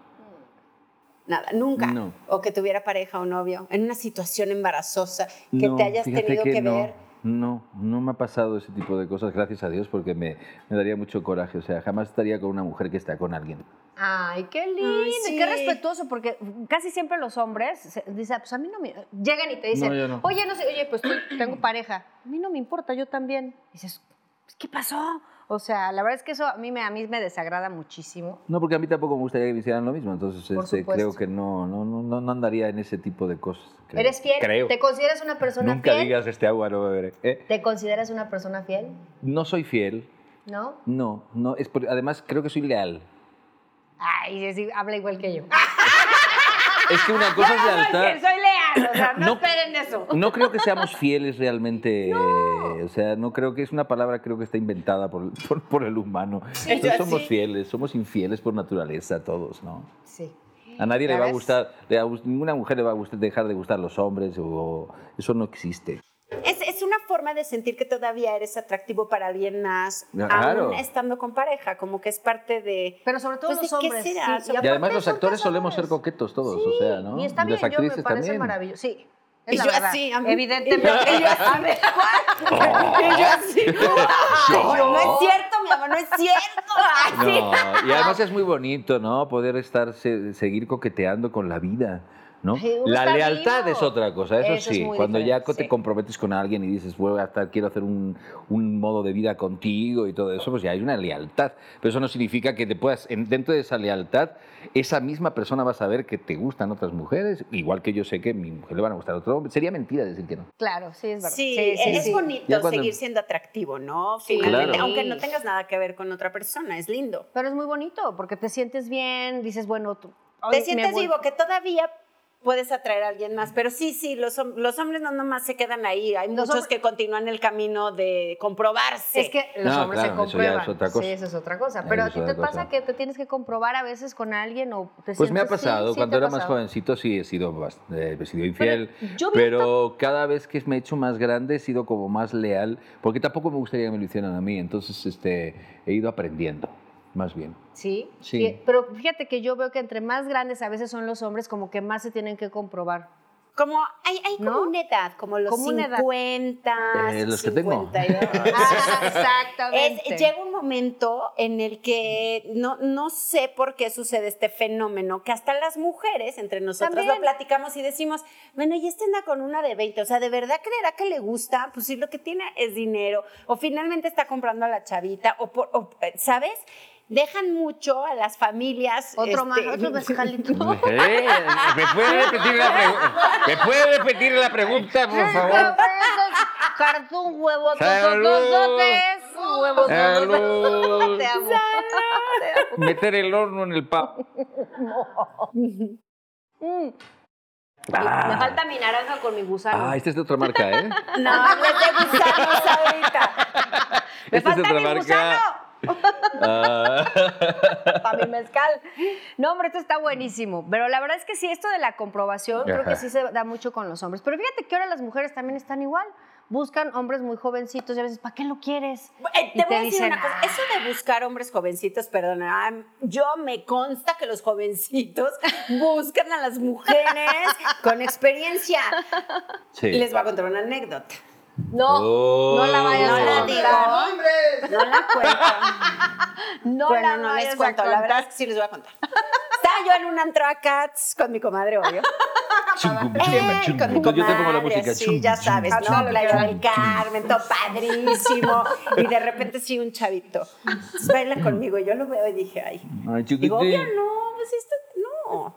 Speaker 1: Nada, nunca.
Speaker 2: No.
Speaker 1: O que tuviera pareja o novio, en una situación embarazosa, que
Speaker 2: no,
Speaker 1: te hayas
Speaker 2: fíjate
Speaker 1: tenido que,
Speaker 2: no,
Speaker 1: ver.
Speaker 2: No, no me ha pasado ese tipo de cosas, gracias a Dios, porque me, me daría mucho coraje. O sea, jamás estaría con una mujer que está con alguien.
Speaker 5: Ay, qué lindo,
Speaker 1: Ay,
Speaker 5: y
Speaker 1: sí.
Speaker 5: qué respetuoso, porque casi siempre los hombres se- dicen, pues a mí no me... Llegan y te
Speaker 2: No,
Speaker 5: dicen,
Speaker 2: yo no.
Speaker 5: oye, no sé, oye, pues tú, tengo pareja. A mí no me importa, yo también. dices, "Pues, ¿qué pasó? O sea, la verdad es que eso a mí me, a mí me desagrada muchísimo.
Speaker 2: No, porque a mí tampoco me gustaría que me hicieran lo mismo, entonces
Speaker 5: Por
Speaker 2: este,
Speaker 5: supuesto.
Speaker 2: creo que no, no, no, no- no andaría en ese tipo de cosas. creo.
Speaker 5: ¿Eres fiel?
Speaker 2: Creo.
Speaker 5: ¿Te consideras una persona
Speaker 2: Nunca
Speaker 5: fiel?
Speaker 2: digas este agua no beberé. Eh,
Speaker 5: ¿Te consideras una persona fiel?
Speaker 2: No soy fiel,
Speaker 5: ¿No?
Speaker 2: no, no. Es por- además, creo que soy leal.
Speaker 5: Ay, sí, sí, habla igual que yo.
Speaker 2: Es que una cosa es
Speaker 5: Yo no soy
Speaker 2: lealtad.
Speaker 5: fiel, soy leal, o sea, no,
Speaker 2: No.
Speaker 5: esperen eso.
Speaker 2: No creo que seamos fieles realmente. O sea, no creo que es una palabra, creo que está inventada por, por, por el humano. no somos fieles, somos infieles por naturaleza todos, ¿no?
Speaker 5: Sí.
Speaker 2: A nadie
Speaker 5: ¿Ya
Speaker 2: le va a
Speaker 5: ves?
Speaker 2: gustar, le va a gust- ninguna mujer le va a gustar dejar de gustar los hombres, o, eso no existe.
Speaker 1: Es, es una forma de sentir que todavía eres atractivo para alguien más,
Speaker 2: Claro.
Speaker 1: aún estando con pareja, como que es parte de...
Speaker 5: Pero sobre todo
Speaker 1: Pues, ¿de
Speaker 5: los
Speaker 1: qué
Speaker 5: hombres.
Speaker 1: será?
Speaker 5: sí,
Speaker 1: Y
Speaker 2: Y
Speaker 5: aparte
Speaker 2: además los
Speaker 5: son
Speaker 2: actores solemos ser
Speaker 5: cazadores.
Speaker 2: coquetos todos,
Speaker 5: Sí,
Speaker 2: o sea, ¿no?
Speaker 5: Y está bien,
Speaker 2: Las
Speaker 5: yo me
Speaker 2: actrices
Speaker 5: parece
Speaker 2: también.
Speaker 5: maravilloso. Sí. Es
Speaker 1: Y
Speaker 5: la
Speaker 1: yo
Speaker 5: verdad.
Speaker 1: así, a mí-
Speaker 5: Evidentemente.
Speaker 1: y yo así.
Speaker 5: A ver,
Speaker 1: Y yo así, "Ay, no es cierto, mi amor, no es cierto. Ay,
Speaker 2: No, y además es muy bonito, ¿no? Poder estar, se- seguir coqueteando con la vida, ¿no?
Speaker 5: Sí, uno
Speaker 2: La
Speaker 5: está
Speaker 2: lealtad
Speaker 5: vivo.
Speaker 2: es otra cosa, eso,
Speaker 5: Eso es
Speaker 2: sí.
Speaker 5: muy
Speaker 2: Cuando ya
Speaker 5: diferente,
Speaker 2: co- te
Speaker 5: sí.
Speaker 2: comprometes con alguien y dices, bueno, hasta quiero hacer un, un modo de vida contigo y todo eso, pues ya hay una lealtad. Pero eso no significa que te puedas, en- dentro de esa lealtad, esa misma persona va a saber que te gustan otras mujeres, igual que yo sé que a mi mujer le van a gustar a otro hombre. Sería mentira decir que no.
Speaker 5: Claro, sí, es verdad.
Speaker 1: Sí, e-,
Speaker 5: sí,
Speaker 1: es
Speaker 5: sí.
Speaker 1: bonito
Speaker 2: Ya cuando-
Speaker 1: seguir siendo atractivo, ¿no?
Speaker 5: Sí,
Speaker 1: Finalmente,
Speaker 2: claro.
Speaker 1: aunque no tengas nada que ver con otra persona, es lindo.
Speaker 5: Pero es muy bonito porque te sientes bien, dices, bueno, tú.
Speaker 1: Te
Speaker 5: hoy me
Speaker 1: sientes
Speaker 5: voy-
Speaker 1: vivo, que todavía puedes atraer a alguien más, pero sí, sí, los, hom- los hombres no nomás se quedan ahí, hay
Speaker 5: Los
Speaker 1: muchos
Speaker 5: hombres-
Speaker 1: que continúan el camino de comprobarse.
Speaker 5: Es que los
Speaker 2: No, claro,
Speaker 5: hombres
Speaker 2: eso
Speaker 5: se
Speaker 2: ya es
Speaker 5: comprueban.
Speaker 2: otra cosa.
Speaker 5: Sí, eso es otra cosa.
Speaker 2: Eso
Speaker 5: Pero a
Speaker 2: es
Speaker 5: ti te
Speaker 2: otra
Speaker 5: pasa
Speaker 2: cosa.
Speaker 5: que te tienes que comprobar a veces con alguien o te
Speaker 2: Pues me ha
Speaker 5: sientes- sí,
Speaker 2: pasado,
Speaker 5: sí, te
Speaker 2: cuando
Speaker 5: ha
Speaker 2: era más
Speaker 5: pasado.
Speaker 2: jovencito sí he sido, bast- eh, he sido infiel,
Speaker 5: yo
Speaker 2: pero,
Speaker 5: vi
Speaker 2: cada vez que me he hecho más grande he sido como más leal, porque tampoco me gustaría que me lo hicieran a mí, entonces este, he ido aprendiendo, más bien.
Speaker 5: Sí,
Speaker 2: Sí.
Speaker 5: Y- pero fíjate que yo veo que entre más grandes a veces son los hombres como que más se tienen que comprobar.
Speaker 1: Como hay, hay como
Speaker 5: ¿No?
Speaker 1: una edad, como los
Speaker 5: Como una edad.
Speaker 1: 50,
Speaker 2: Eh, los que tengo.
Speaker 1: 52.
Speaker 5: Ah,
Speaker 1: Es-
Speaker 5: exactamente.
Speaker 1: llega un momento en el que no, no sé por qué sucede este fenómeno, que hasta las mujeres entre nosotras
Speaker 5: También.
Speaker 1: lo platicamos y decimos, bueno, y esta anda con una de 20, o sea, ¿de verdad creerá que le gusta? Pues si lo que tiene es dinero, o finalmente está comprando a la chavita, o, por- o, eh, ¿sabes? Dejan mucho a las familias.
Speaker 5: otro más,
Speaker 1: este,
Speaker 5: otro mezcalito.
Speaker 2: Eh, ¿Me puede repetir la pregunta? ¿Me puede repetir la pregunta, por favor?
Speaker 5: Cartón, huevo,
Speaker 2: Salud.
Speaker 5: tototototes, huevo,
Speaker 2: Salud.
Speaker 5: totototes. Te amo.
Speaker 2: Meter el horno en el pap.
Speaker 5: Mm.
Speaker 2: Ah.
Speaker 5: Me falta mi naranja con mi gusano.
Speaker 2: Ah, esta es de otra marca, ¿eh?
Speaker 1: No, hables de gusanos ahorita.
Speaker 5: ¡Me
Speaker 2: Esta Este es de
Speaker 5: falta
Speaker 2: otra
Speaker 5: mi gusano!
Speaker 2: Ah.
Speaker 5: Para mi mezcal. No, hombre, esto está buenísimo. Pero la verdad es que sí, esto de la comprobación creo
Speaker 2: Ajá.
Speaker 5: que sí se da mucho con los hombres. Pero fíjate que ahora las mujeres también están igual. Buscan hombres muy jovencitos y a veces, ¿para qué lo quieres?
Speaker 1: Eh,
Speaker 5: Y
Speaker 1: te voy a decir
Speaker 5: dicen,
Speaker 1: una cosa.
Speaker 5: "Ah".
Speaker 1: Eso de buscar hombres jovencitos, perdona, am- yo me consta que los jovencitos buscan a las mujeres con experiencia.
Speaker 2: Sí.
Speaker 1: Les voy a contar una anécdota.
Speaker 5: No,
Speaker 2: Oh.
Speaker 5: no la vayas
Speaker 1: No la
Speaker 5: a contar.
Speaker 1: digo. No la cuento.
Speaker 5: No
Speaker 1: bueno,
Speaker 5: la
Speaker 1: no
Speaker 5: vayas
Speaker 1: les
Speaker 5: a
Speaker 1: cuento. La
Speaker 5: contar.
Speaker 1: verdad es que sí les voy a contar. Estaba yo en un antro a Cats con mi comadre, obvio.
Speaker 2: Chungum,
Speaker 1: Eh,
Speaker 2: chungum,
Speaker 1: con mi
Speaker 2: chungum. Yo te pongo la
Speaker 1: comadre,
Speaker 2: música.
Speaker 1: Sí,
Speaker 2: Chungum,
Speaker 1: ya
Speaker 2: chungum,
Speaker 1: sabes,
Speaker 2: chungum,
Speaker 1: ¿no? Playa
Speaker 2: chungum,
Speaker 1: del Carmen, todo padrísimo. Y de repente sí, un chavito. Entonces, Baila conmigo. Yo lo veo y dije, ay.
Speaker 2: Ay,
Speaker 1: Digo, obvio,
Speaker 2: chiquitín.
Speaker 1: no, pues esto, no.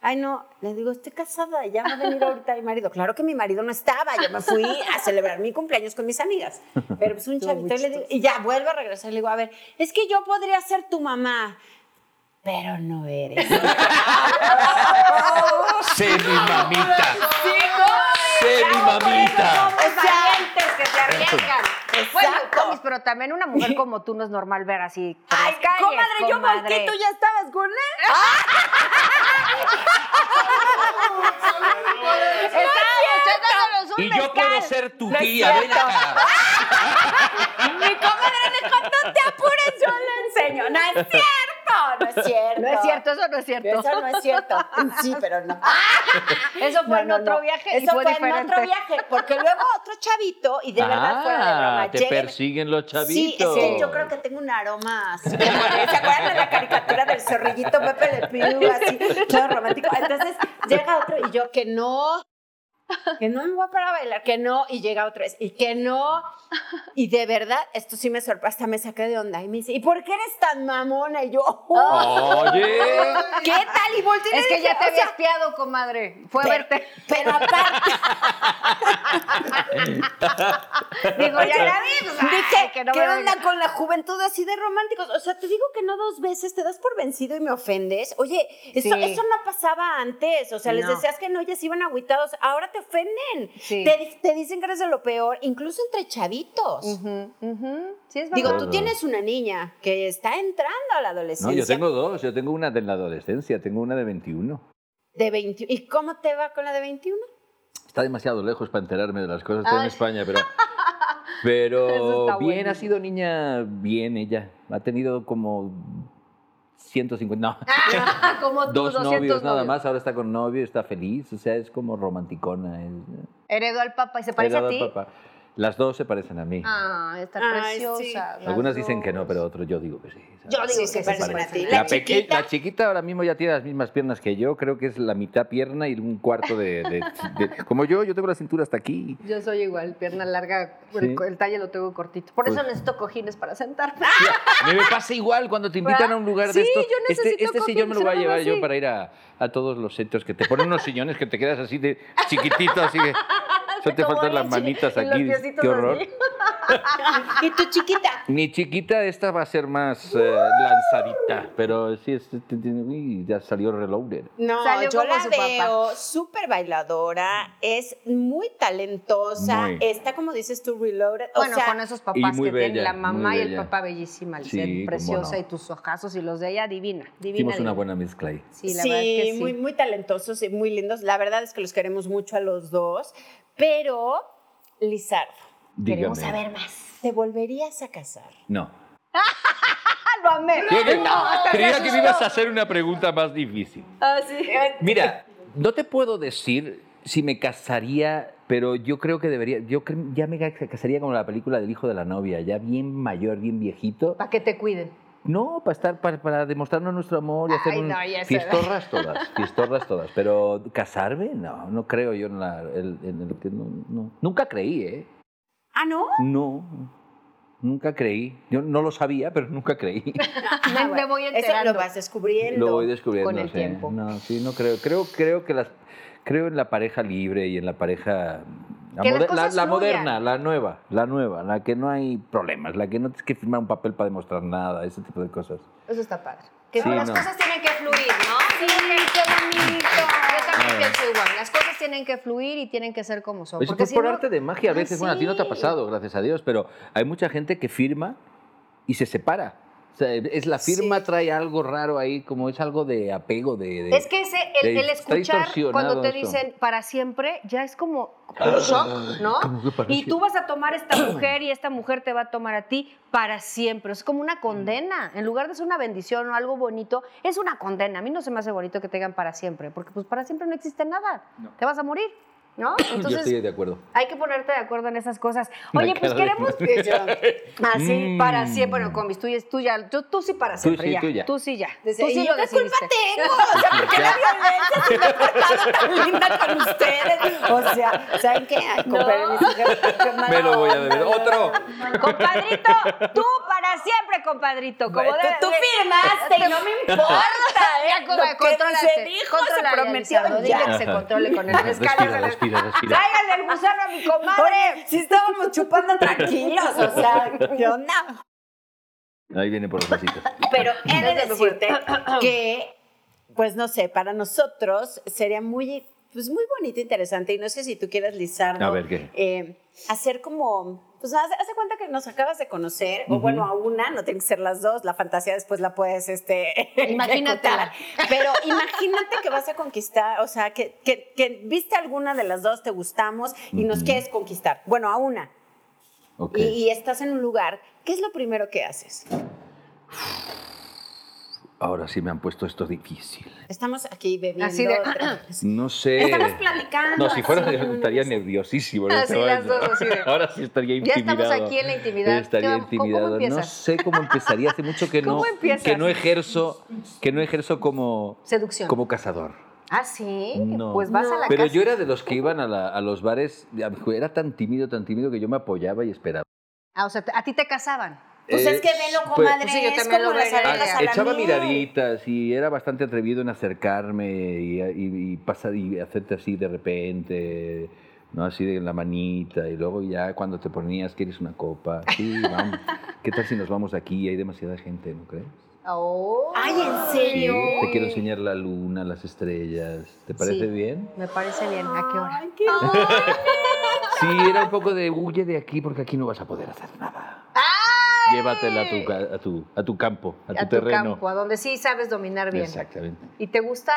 Speaker 1: Ay, no, le digo, estoy casada, ya va a venir ahorita mi marido. Claro que mi marido no estaba, yo me fui a celebrar mi cumpleaños con mis amigas. Pero pues un chavito, y, le digo- y ya vuelvo a regresar, le digo, a ver, es que yo podría ser tu mamá, pero no eres. ¡Oh,
Speaker 2: Sé mi mamita. Sé mi mamita.
Speaker 5: Los valientes que se arriesgan. Bueno,
Speaker 1: Exacto.
Speaker 5: comis, pero también una mujer como tú no es normal ver así. por
Speaker 1: Ay,
Speaker 5: las calles,
Speaker 1: comadre, yo
Speaker 5: comadre.
Speaker 1: volteé, tú ya estabas con él.
Speaker 5: Estábamos echándonos un
Speaker 2: Y yo puedo
Speaker 5: mezcal.
Speaker 2: ser tu
Speaker 1: No es
Speaker 2: tía. Ven
Speaker 1: cierto.
Speaker 2: acá.
Speaker 1: Mi comadre me dijo, no te apures, yo le enseño. No es cierto, no es cierto.
Speaker 5: No es cierto, eso no es cierto.
Speaker 1: Eso no es cierto. Sí, pero no.
Speaker 5: Eso fue
Speaker 1: No,
Speaker 5: en
Speaker 1: no,
Speaker 5: otro
Speaker 1: no.
Speaker 5: viaje y
Speaker 1: Eso
Speaker 5: fue,
Speaker 1: fue
Speaker 5: diferente.
Speaker 1: en otro viaje, porque luego otro chavito, y de verdad fuera de broma,
Speaker 2: Ah, te
Speaker 1: llega y me-
Speaker 2: persiguen los chavitos.
Speaker 1: Sí, es que yo creo que tengo un aroma. así como de- ¿Se acuerdan de la caricatura del zorrillito Pepe Le Pew? Así, todo romántico. Entonces llega otro y yo que no. que no me voy a parar a bailar, que no, y llega otra vez, y que no, y de verdad, esto sí me sorprende, hasta me saqué de onda, y me dice, ¿y por qué eres tan mamona? Y yo, "Oh,
Speaker 2: Oye.
Speaker 1: ¿qué tal? Y volteé y le
Speaker 5: Oh, Es que
Speaker 1: dije, o
Speaker 5: ya te
Speaker 1: sea,
Speaker 5: había espiado, comadre. Fue a
Speaker 1: Pero-
Speaker 5: verte.
Speaker 1: Pero aparte,
Speaker 5: Digo, ya la vi. pues, ay,
Speaker 1: dije,
Speaker 5: que no
Speaker 1: ¿qué
Speaker 5: me venga.
Speaker 1: onda con la juventud así de románticos? O sea, te digo que no dos veces, te das por vencido y me ofendes. Oye, eso,
Speaker 5: Sí.
Speaker 1: eso no pasaba antes. O sea, les
Speaker 5: No.
Speaker 1: decías que no, ellas iban agüitados, ahora te ofenden.
Speaker 5: Sí.
Speaker 1: Te, di- te dicen que eres de lo peor, incluso entre chavitos.
Speaker 5: Ujú, ujú. Sí, es
Speaker 1: Digo,
Speaker 5: verdad.
Speaker 1: tú tienes una niña que está entrando a la
Speaker 2: No,
Speaker 1: adolescencia.
Speaker 2: yo tengo dos. Yo tengo una de la adolescencia, tengo una de 21.
Speaker 1: De 20, ¿Y cómo te va con la de 21?
Speaker 2: Está demasiado lejos para enterarme de las cosas. Estoy en
Speaker 5: Ay.
Speaker 2: España, pero.
Speaker 5: Eso
Speaker 2: Pero
Speaker 5: está
Speaker 2: bien,
Speaker 5: bueno.
Speaker 2: ha sido niña bien ella. Ha tenido como 150. No.
Speaker 1: Ah,
Speaker 5: Ah, como tú,
Speaker 2: Dos
Speaker 5: 200
Speaker 2: novios nada
Speaker 5: novios.
Speaker 2: más, ahora está con novio, está feliz, o sea, es como romanticona. Es,
Speaker 5: Heredó al papá y se parece
Speaker 2: Heredó
Speaker 5: a
Speaker 2: al
Speaker 5: ti.
Speaker 2: papá. Las dos se parecen a mí.
Speaker 5: Ah, está
Speaker 1: Ay, sí.
Speaker 5: preciosa. las
Speaker 2: Algunas dicen que no,
Speaker 5: dos.
Speaker 2: pero otros yo digo que sí.
Speaker 1: Yo digo
Speaker 5: Sí,
Speaker 1: que
Speaker 5: se
Speaker 1: se
Speaker 5: parecen
Speaker 1: parecen a ti.
Speaker 2: La,
Speaker 1: La
Speaker 2: peque-
Speaker 1: chiquita,
Speaker 2: la chiquita ahora mismo ya tiene las mismas piernas que yo, creo que es la mitad pierna y un cuarto de... de- de- como yo, yo tengo la cintura hasta aquí.
Speaker 5: Yo soy igual, pierna larga,
Speaker 2: Sí.
Speaker 5: el, co- el talle lo tengo cortito. Por eso
Speaker 2: Pues-
Speaker 5: necesito cojines para sentarme.
Speaker 1: Ah,
Speaker 2: A mí me pasa igual cuando te invitan
Speaker 5: ¿Verdad?
Speaker 2: a un lugar
Speaker 5: Sí,
Speaker 2: de estos.
Speaker 5: yo
Speaker 2: este
Speaker 5: necesito
Speaker 2: este sillón me lo voy a
Speaker 5: coping, se lo
Speaker 2: llevar
Speaker 5: hago
Speaker 2: yo
Speaker 5: así.
Speaker 2: para ir a, a todos los setos que te ponen unos sillones que te quedas así de chiquitito, así que solo te
Speaker 5: Como
Speaker 2: faltan las
Speaker 5: leche,
Speaker 2: manitas
Speaker 5: y los
Speaker 2: aquí. dices,
Speaker 5: piecitos
Speaker 2: Qué horror.
Speaker 5: así.
Speaker 1: ¿Y tu chiquita?
Speaker 2: Mi chiquita esta va a ser más eh, lanzadita, pero sí, es- uy, ya salió Reloaded.
Speaker 1: No,
Speaker 5: Salió
Speaker 1: yo
Speaker 5: como
Speaker 1: la
Speaker 5: su papá.
Speaker 1: veo súper bailadora, es muy talentosa,
Speaker 2: Muy.
Speaker 1: está como dices tú, reloaded.
Speaker 5: Bueno,
Speaker 1: o sea,
Speaker 5: con esos
Speaker 2: y
Speaker 5: papás
Speaker 2: muy
Speaker 5: que
Speaker 2: bella,
Speaker 5: tienen la
Speaker 2: muy
Speaker 5: mamá y el
Speaker 2: bella.
Speaker 5: papá bellísima,
Speaker 2: Sí,
Speaker 5: Lisette,
Speaker 2: cómo
Speaker 5: preciosa,
Speaker 2: no.
Speaker 5: y tus ojazos y los de ella divina, divina.
Speaker 2: Hicimos una
Speaker 5: divina.
Speaker 2: buena mezcla ahí.
Speaker 5: Sí, la
Speaker 1: sí,
Speaker 5: verdad es que sí.
Speaker 1: muy, muy talentosos y muy lindos. La verdad es que los queremos mucho a los dos, pero Lizardo,
Speaker 2: Dígame.
Speaker 5: Queremos saber más.
Speaker 1: ¿te volverías a casar?
Speaker 2: No.
Speaker 5: ¡Ah, lo amé!
Speaker 2: Creía que me ibas a hacer una pregunta más difícil.
Speaker 5: Ah, sí.
Speaker 2: Mira, no te puedo decir si me casaría, pero yo creo que debería. Yo cre- ya me ca- casaría como la película del hijo de la novia, ya bien mayor, bien viejito.
Speaker 5: Para que te cuiden.
Speaker 2: No, para estar, para, para demostrarnos nuestro amor y hacer
Speaker 5: Ay,
Speaker 2: un-
Speaker 5: no, ya se ve.
Speaker 2: fiestorras todas, fiestorras todas. Pero casarme, no, no creo yo en la, el- en el que no, no. Nunca creí, ¿eh?
Speaker 1: Ah, ¿no?
Speaker 2: No, nunca creí. Yo no lo sabía, pero nunca creí.
Speaker 5: Me, me voy
Speaker 1: Eso
Speaker 5: enterando.
Speaker 1: lo vas descubriendo.
Speaker 2: lo voy descubriendo.
Speaker 5: Con el
Speaker 2: sí.
Speaker 5: tiempo.
Speaker 2: No, sí, no creo. Creo, creo que las, creo en la pareja libre y en la pareja. La,
Speaker 5: Que las
Speaker 2: moder- la-
Speaker 5: cosas
Speaker 2: la
Speaker 5: fluyan.
Speaker 2: moderna, la nueva, la nueva, la que no hay problemas, la que no tienes que firmar un papel para demostrar nada, ese tipo de cosas.
Speaker 5: Eso está padre. Que
Speaker 2: Sí,
Speaker 5: las
Speaker 2: no.
Speaker 5: cosas tienen que fluir, ¿no? Sí, qué bonito. Yo
Speaker 2: Ah.
Speaker 5: también pienso igual. Las cosas tienen que fluir y tienen que ser como son.
Speaker 2: Eso
Speaker 5: porque
Speaker 2: es
Speaker 5: si
Speaker 2: por
Speaker 5: no-
Speaker 2: arte de magia. A
Speaker 5: Ah,
Speaker 2: veces, bueno, a ti no te ha
Speaker 5: sí.
Speaker 2: pasado, gracias a Dios, pero hay mucha gente que firma y se separa. O sea, es la firma trae algo raro ahí, como es algo de apego, de... de-
Speaker 5: Es que ese, el,
Speaker 2: de-
Speaker 5: el
Speaker 2: está
Speaker 5: escuchar
Speaker 2: distorsionado
Speaker 5: cuando te
Speaker 2: eso.
Speaker 5: dicen para siempre, ya es como un shock, ¿no?
Speaker 2: Ah. como que para
Speaker 5: Y tú
Speaker 2: siempre.
Speaker 5: vas a tomar a esta mujer y esta mujer te va a tomar a ti para siempre. Es como una condena. En lugar de ser una bendición o algo bonito, es una condena. A mí no se me hace bonito que te digan para siempre, porque pues para siempre no existe nada. Te vas a morir, ¿no?
Speaker 2: Yo
Speaker 5: Entonces,
Speaker 2: estoy de acuerdo.
Speaker 5: hay que ponerte de acuerdo en esas cosas.
Speaker 2: La
Speaker 5: Oye, pues
Speaker 2: cara de-
Speaker 5: queremos así
Speaker 2: Mm.
Speaker 5: para siempre. Bueno, comis, tú, ya- tú ya, tú, tú sí para
Speaker 2: Tú
Speaker 5: siempre
Speaker 2: sí,
Speaker 5: ya.
Speaker 2: tú ya.
Speaker 5: Tú sí ya.
Speaker 1: Desde-
Speaker 5: tú sí
Speaker 1: ¿Y yo
Speaker 5: lo
Speaker 1: qué culpa
Speaker 5: decidiste.
Speaker 1: tengo? O sea, ¿por qué la violencia se me ha portado tan linda con ustedes? O sea, ¿saben qué? Ay, con permiso, qué- qué mala
Speaker 2: Me lo voy a
Speaker 1: onda,
Speaker 2: beber.
Speaker 1: la
Speaker 2: ¡Otro!
Speaker 5: Compadrito, tú para siempre, compadrito. Como
Speaker 1: Tú,
Speaker 5: debe
Speaker 1: tú
Speaker 5: de-
Speaker 1: firmaste y no me importa.
Speaker 5: Ya,
Speaker 1: ¿eh?
Speaker 5: como
Speaker 1: Lo que
Speaker 5: contrólate,
Speaker 1: se dijo,
Speaker 5: controla
Speaker 1: se
Speaker 5: ya,
Speaker 1: prometió.
Speaker 5: Lizardo,
Speaker 1: ya.
Speaker 5: Dile que se controle con el escándalo.
Speaker 2: Respira, respira, respira.
Speaker 5: Tráigale el gusano a mi comadre.
Speaker 1: Oye, si estábamos chupando tranquilos, o sea, ¿qué onda?
Speaker 2: Ahí viene por los besitos.
Speaker 1: Pero he de decirte que, pues no sé, para nosotros sería muy, pues muy bonito, interesante, y no sé si tú quieras, Lizardo,
Speaker 2: A ver, ¿qué?
Speaker 1: eh, hacer como, pues haz, haz de cuenta que nos acabas de conocer, o bueno, a una, no tienen que ser las dos, la fantasía después la puedes, este,
Speaker 5: Imagínatela.
Speaker 1: ejecutar. Pero imagínate que vas a conquistar, o sea, que, que, que viste alguna de las dos, te gustamos, y nos
Speaker 2: Ujú.
Speaker 1: quieres conquistar, bueno, a una,
Speaker 2: Ok.
Speaker 1: y, y estás en un lugar, ¿qué es lo primero que haces?
Speaker 2: Ahora sí me han puesto esto difícil.
Speaker 1: Estamos aquí bebiendo.
Speaker 5: Así de-
Speaker 1: otra.
Speaker 2: No sé.
Speaker 1: Estamos platicando.
Speaker 2: No, si fuera
Speaker 1: así,
Speaker 2: yo estaría nerviosísimo. en
Speaker 5: Así
Speaker 2: este
Speaker 5: las
Speaker 2: momento.
Speaker 5: dos, así de-
Speaker 2: Ahora sí estaría
Speaker 5: Ya
Speaker 2: intimidado.
Speaker 5: estamos aquí en la intimidad.
Speaker 2: Estaría
Speaker 5: ¿Qué va- cómo- cómo
Speaker 2: intimidado. no
Speaker 5: empiezas?
Speaker 2: sé cómo empezaría. Hace mucho que no,
Speaker 5: ¿Cómo empiezas?
Speaker 2: que no ejerzo, que no ejerzo como
Speaker 5: Seducción.
Speaker 2: como cazador.
Speaker 5: Ah, sí.
Speaker 2: No.
Speaker 5: Pues vas a la
Speaker 2: Pero
Speaker 5: casa.
Speaker 2: yo era de los que iban a, la- a los bares, era tan tímido, tan tímido que yo me apoyaba y esperaba.
Speaker 5: Ah, o sea, te- a ti te casaban.
Speaker 1: Pues
Speaker 2: Eh,
Speaker 1: es que velo,
Speaker 2: pues,
Speaker 1: comadre,
Speaker 5: pues sí, yo
Speaker 1: es
Speaker 5: también
Speaker 1: como
Speaker 5: lo
Speaker 1: las
Speaker 5: veía.
Speaker 1: abejas
Speaker 2: Ah,
Speaker 1: a la
Speaker 2: echaba
Speaker 1: miel.
Speaker 2: miraditas y era bastante atrevido en acercarme y, y- y pasar y hacerte así de repente, ¿no? Así de la manita y luego ya cuando te ponías quieres una copa. Sí, vamos. ¿Qué tal si nos vamos aquí? Hay demasiada gente, ¿no crees?
Speaker 5: Oh.
Speaker 1: Ay, ¿en
Speaker 2: Sí,
Speaker 1: serio?
Speaker 2: te quiero enseñar la luna, las estrellas. ¿Te parece
Speaker 5: Sí.
Speaker 2: bien?
Speaker 5: Me parece bien. ¿A qué hora?
Speaker 1: Ay, qué
Speaker 2: Sí, era un poco de huye de aquí porque aquí no vas a poder hacer nada. Llévatela a tu, ca- a tu, a tu campo, a tu
Speaker 5: a tu
Speaker 2: terreno.
Speaker 5: campo, a donde sí sabes dominar bien.
Speaker 2: Exactamente.
Speaker 5: ¿Y te gusta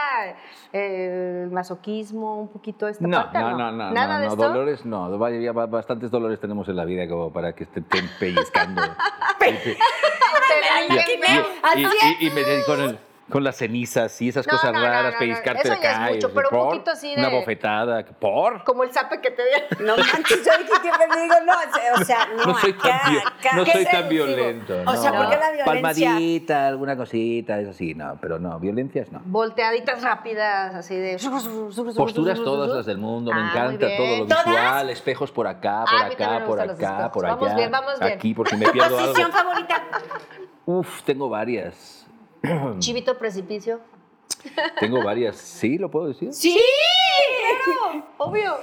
Speaker 5: eh, el masoquismo, un poquito esta
Speaker 2: No,
Speaker 5: parte?
Speaker 2: no, no, no,
Speaker 5: Nada
Speaker 2: no,
Speaker 5: de
Speaker 2: no,
Speaker 5: esto.
Speaker 2: dolores no, vaya, ba- bastantes dolores tenemos en la vida como para que te estén pellizcando.
Speaker 5: Te-
Speaker 2: y, y- y- y me- con, el- con las cenizas y esas
Speaker 5: No,
Speaker 2: cosas
Speaker 5: no, no,
Speaker 2: raras,
Speaker 5: no, no,
Speaker 2: pellizcarte
Speaker 5: eso ya
Speaker 2: acá.
Speaker 5: es mucho,
Speaker 2: y-
Speaker 5: pero un
Speaker 2: ¿por?
Speaker 5: poquito así de-
Speaker 2: Una bofetada, ¿por?
Speaker 5: Como el sape que te dieron.
Speaker 1: No manches, yo dije que me digo, no, o sea, no,
Speaker 2: No soy tan,
Speaker 1: acá,
Speaker 2: vi-
Speaker 1: acá.
Speaker 2: no
Speaker 1: ¿Qué
Speaker 2: soy
Speaker 1: es
Speaker 2: tan
Speaker 1: el-
Speaker 2: violento.
Speaker 1: O sea,
Speaker 2: no.
Speaker 1: ¿por qué la violencia?
Speaker 2: Palmadita, alguna cosita, es así, no, pero no, violencias no.
Speaker 5: Volteaditas rápidas, así de.
Speaker 2: Posturas todas las del mundo, me
Speaker 5: Ah, muy
Speaker 2: encanta
Speaker 5: bien.
Speaker 2: todo lo
Speaker 1: ¿Todas?
Speaker 2: visual, espejos por acá,
Speaker 5: Ah,
Speaker 2: por
Speaker 5: a mí también
Speaker 2: acá,
Speaker 5: me
Speaker 2: por
Speaker 5: gustan los
Speaker 2: acá,
Speaker 5: espejos.
Speaker 2: por allá.
Speaker 5: Vamos bien, vamos bien.
Speaker 2: Aquí, por si me pierdo algo.
Speaker 1: Posición favorita.
Speaker 2: Uf, tengo varias.
Speaker 5: Chivito precipicio.
Speaker 2: Tengo varias. Sí, lo puedo decir.
Speaker 1: Sí.
Speaker 5: Obvio.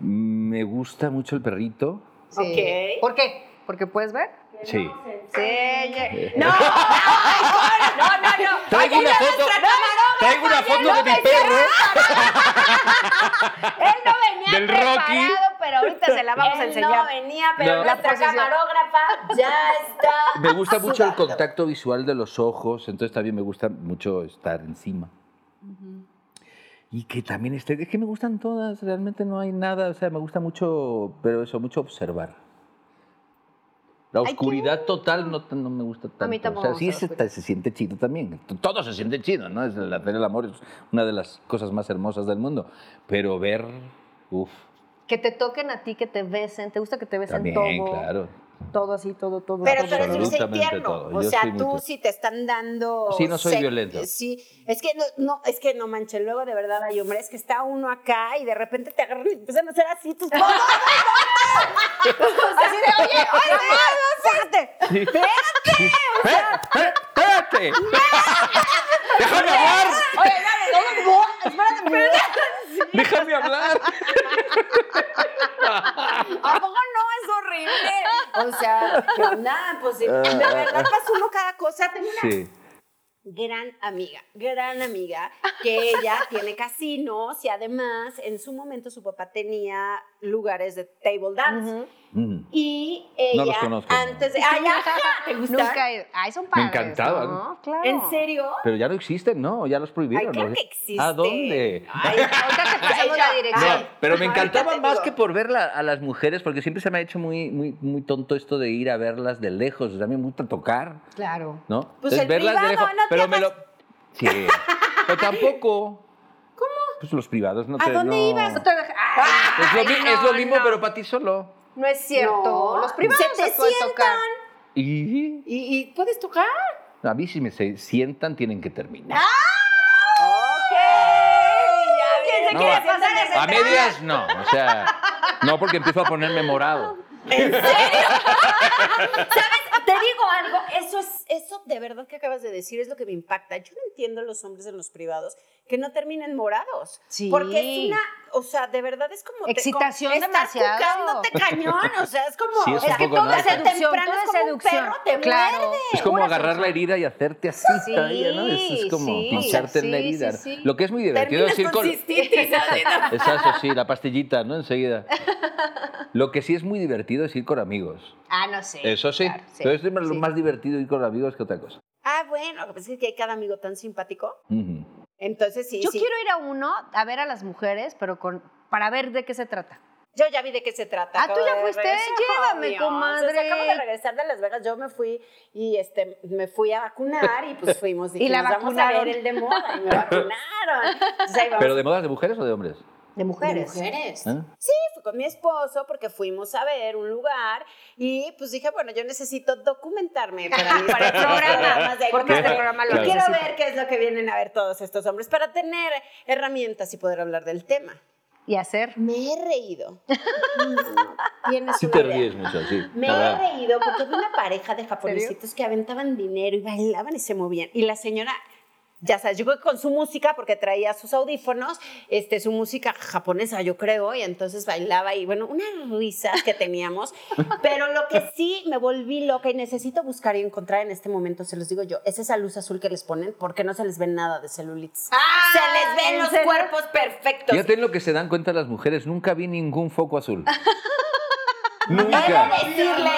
Speaker 2: Me gusta mucho el perrito.
Speaker 1: Ok.
Speaker 5: ¿Por qué? Porque puedes ver.
Speaker 2: Sí.
Speaker 5: Sí,
Speaker 1: No, no, no, no.
Speaker 2: Traigo una foto. Traigo una foto de mi perro.
Speaker 5: Él no venía
Speaker 2: Del
Speaker 5: preparado,
Speaker 2: Rocky.
Speaker 5: pero ahorita se la vamos a
Speaker 1: Él
Speaker 5: enseñar.
Speaker 1: No venía, pero
Speaker 2: No.
Speaker 1: nuestra
Speaker 5: La posición.
Speaker 1: camarógrafa ya está.
Speaker 2: Me gusta mucho el contacto visual de los ojos, entonces también me gusta mucho estar encima. Y que también esté, es que me gustan todas, realmente no hay nada, o sea, me gusta mucho, pero eso, mucho observar. La
Speaker 5: qué
Speaker 2: oscuridad total no, no me gusta tanto.
Speaker 5: A mí tampoco
Speaker 2: O sea,
Speaker 5: me
Speaker 2: sí
Speaker 5: gusta la
Speaker 2: se, está- se siente chido también. Todo se siente chido, ¿no? Es el hacer el amor es una de las cosas más hermosas del mundo. Pero ver, uff,
Speaker 5: Que te toquen a ti, que te besen. ¿Te gusta que te besen
Speaker 2: también,
Speaker 5: todo?
Speaker 2: claro.
Speaker 5: Todo así, todo, todo.
Speaker 1: Pero
Speaker 5: todo,
Speaker 1: tú eres
Speaker 5: todo.
Speaker 1: dulce y
Speaker 2: Absolutamente
Speaker 1: tierno.
Speaker 2: todo.
Speaker 1: O
Speaker 2: Yo
Speaker 1: sea,
Speaker 2: soy muy
Speaker 1: tú
Speaker 2: tierno.
Speaker 1: si te están dando.
Speaker 2: Sí, no soy
Speaker 1: sec-
Speaker 2: violento.
Speaker 1: Sí, es que no, no, es que no manches. Luego de verdad hay hombres que está uno acá y de repente te agarran y empiezan a hacer así tus cosas.
Speaker 5: Así de, oye, oye, espérate.
Speaker 2: Sí. Sí. ¡Eh! ¡Eh! ¡Espérate! ¡Déjame hablar!
Speaker 5: Oye, dale, no, no, espérate, espérate.
Speaker 2: ¡Déjame hablar!
Speaker 1: ¿A poco no? Es horrible. O sea, ¿qué onda? Pues
Speaker 2: Ah,
Speaker 1: de verdad pasa uno cada cosa. Tengo una
Speaker 2: Sí.
Speaker 1: gran amiga, gran amiga, que ella tiene casinos y además en su momento su papá tenía lugares de table dance.
Speaker 5: Ujú.
Speaker 2: Mm.
Speaker 1: Y ella
Speaker 2: los conozco.
Speaker 1: antes de. ¡Ay, ya! ¿Te gustan?
Speaker 5: Nunca he- Ay, son padres.
Speaker 2: encantaban.
Speaker 5: ¿no? Claro.
Speaker 1: ¿En serio?
Speaker 2: Pero ya no existen, ¿no? Ya los
Speaker 1: Ay,
Speaker 2: prohibieron.
Speaker 1: claro
Speaker 2: ¿no?
Speaker 1: que existe.
Speaker 2: ¿A dónde?
Speaker 1: Ay,
Speaker 5: Ahorita te pasamos la dirección.
Speaker 2: No, pero me
Speaker 1: Ahorita
Speaker 2: encantaba
Speaker 1: te
Speaker 2: más
Speaker 1: digo.
Speaker 2: que por ver la- a las mujeres, porque siempre se me ha hecho muy, muy, muy tonto esto de ir a verlas de lejos. O sea, a mí me gusta tocar,
Speaker 5: Claro.
Speaker 2: ¿no?
Speaker 1: Pues
Speaker 2: Entonces,
Speaker 1: el privado, no te
Speaker 2: pero me lo. Sí. Pero tampoco. ¿Cómo? Pues los privados no
Speaker 1: ¿A
Speaker 2: te.
Speaker 1: dónde
Speaker 2: no.
Speaker 1: ibas? Ah.
Speaker 5: No te dejes- Ay,
Speaker 2: Es lo, mi-
Speaker 5: no,
Speaker 2: es lo mismo,
Speaker 5: no.
Speaker 2: pero para ti solo.
Speaker 5: No es cierto.
Speaker 1: No.
Speaker 5: Los privados
Speaker 1: Se te
Speaker 5: se pueden tocar.
Speaker 2: Y
Speaker 1: ¿Y, y puedes tocar?
Speaker 2: a mí si me se sientan tienen que terminar.
Speaker 1: ¡Ok! Ya
Speaker 5: ¿Quién
Speaker 1: ves.
Speaker 5: se
Speaker 2: No,
Speaker 5: quiere
Speaker 2: a-
Speaker 5: pasar ese
Speaker 2: A medias no, o sea, no porque empiezo a ponerme morado.
Speaker 1: Te digo algo, eso es, eso de verdad que acabas de decir es lo que me impacta. Yo no entiendo los hombres en los privados que no terminen morados.
Speaker 5: Sí.
Speaker 1: Porque es una, o sea, de verdad es como.
Speaker 5: Excitación
Speaker 1: te, como- estás
Speaker 5: demasiado.
Speaker 1: jugándote cañón, o sea, es como.
Speaker 2: Sí, es un
Speaker 1: es que
Speaker 2: poco
Speaker 1: todo
Speaker 2: naco.
Speaker 1: es seducción,
Speaker 5: Temprano
Speaker 1: todo es
Speaker 5: es
Speaker 1: como
Speaker 5: seducción.
Speaker 1: un perro te
Speaker 5: Claro.
Speaker 1: muerde.
Speaker 2: Es como
Speaker 5: Pura
Speaker 2: agarrar la herida y hacerte así,
Speaker 5: Sí,
Speaker 2: todavía, ¿no? Es, es como
Speaker 5: sí,
Speaker 2: pincharte en la
Speaker 5: sí,
Speaker 2: herida.
Speaker 5: sí, sí.
Speaker 2: Lo que es muy divertido es ir
Speaker 1: Terminas con
Speaker 2: con...
Speaker 1: cistitis, así, ¿no?
Speaker 2: Es eso, sí, la pastillita, ¿no? Enseguida. Lo que sí es muy divertido es ir con amigos.
Speaker 5: Ah, no sé.
Speaker 2: Eso sí.
Speaker 5: claro,
Speaker 2: Pero es más,
Speaker 5: sí.
Speaker 2: más divertido ir con amigos que otra cosa.
Speaker 1: Ah, bueno, pues es que hay cada amigo tan simpático.
Speaker 2: Ujú.
Speaker 1: Entonces sí,
Speaker 5: Yo
Speaker 1: sí.
Speaker 5: quiero ir a uno a ver a las mujeres, pero con para ver de qué se trata.
Speaker 1: Yo ya vi de qué se trata.
Speaker 5: Ah,
Speaker 1: acabo
Speaker 5: ¿tú ya
Speaker 1: de
Speaker 5: fuiste?
Speaker 1: regresar.
Speaker 5: Llévame,
Speaker 1: Obvio.
Speaker 5: comadre.
Speaker 1: O sea, acabo de regresar de Las Vegas, yo me fui y este me fui a vacunar y pues fuimos
Speaker 5: Y la
Speaker 1: dijimos, vamos a
Speaker 5: vacunaron.
Speaker 1: ver el de moda y me vacunaron. Entonces, ahí vamos.
Speaker 2: ¿Pero de modas de mujeres o de hombres?
Speaker 5: de mujeres.
Speaker 1: De mujeres.
Speaker 2: ¿Eh?
Speaker 1: Sí, fui con mi esposo porque fuimos a ver un lugar y pues dije, bueno, yo necesito documentarme para, mí, para el programa. más de ahí
Speaker 5: Porque
Speaker 1: como
Speaker 5: este
Speaker 1: que
Speaker 5: programa lo
Speaker 1: yo quiero
Speaker 5: necesita.
Speaker 1: ver qué es lo que vienen a ver todos estos hombres para tener herramientas y poder hablar del tema.
Speaker 5: Y hacer.
Speaker 1: Me he reído. Mm, Tienes
Speaker 2: Sí
Speaker 1: una
Speaker 2: te
Speaker 1: idea.
Speaker 2: ríes mucho, sí.
Speaker 1: Me
Speaker 2: la
Speaker 1: he
Speaker 2: verdad.
Speaker 1: reído porque había una pareja de japonesitos que aventaban dinero y bailaban y se movían. Y la señora, ya sabes, yo creo que con su música, porque traía sus audífonos, este, su música japonesa, yo creo, y entonces bailaba y bueno, unas risas que teníamos. Pero lo que sí me volví loca y necesito buscar y encontrar en este momento, se los digo yo, es esa luz azul que les ponen porque no se les ve nada de celulitis. se les
Speaker 5: Ah, ¿en
Speaker 1: ven los
Speaker 5: serio?
Speaker 1: cuerpos perfectos.
Speaker 2: Fíjate en lo que se dan cuenta las mujeres. Nunca vi ningún foco azul.
Speaker 1: Debo
Speaker 2: Nunca.
Speaker 1: decirles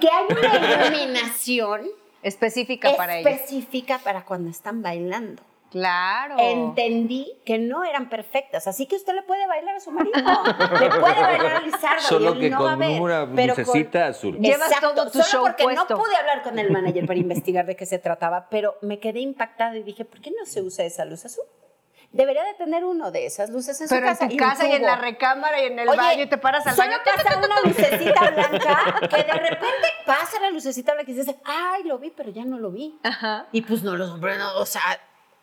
Speaker 1: que hay una iluminación
Speaker 5: Específica para ellos.
Speaker 1: específica para cuando están bailando.
Speaker 5: Claro.
Speaker 1: Entendí que no eran perfectas, así que usted le puede bailar a su marido, le puede bailar a Lizardo.
Speaker 2: Solo
Speaker 1: y él
Speaker 2: que
Speaker 1: no va a
Speaker 2: con
Speaker 1: ver,
Speaker 2: una
Speaker 1: pero con-
Speaker 2: lucecita azul.
Speaker 5: Llevas
Speaker 1: Exacto,
Speaker 5: todo tu
Speaker 1: solo
Speaker 5: show
Speaker 1: porque
Speaker 5: puesto.
Speaker 1: no pude hablar con el manager para investigar de qué se trataba, pero me quedé impactada y dije, ¿por qué no se usa esa luz azul? Debería de tener uno de esas luces en su
Speaker 5: Pero en
Speaker 1: casa.
Speaker 5: tu
Speaker 1: un
Speaker 5: casa y en la
Speaker 1: tubo.
Speaker 5: recámara y en el
Speaker 1: Oye,
Speaker 5: baño y te paras al
Speaker 1: solo
Speaker 5: baño.
Speaker 1: pasa una lucecita blanca que de repente pasa la lucecita blanca y dices, ay, lo vi, pero ya no lo vi.
Speaker 5: Ajá.
Speaker 1: Y pues no los hombres, no, o sea,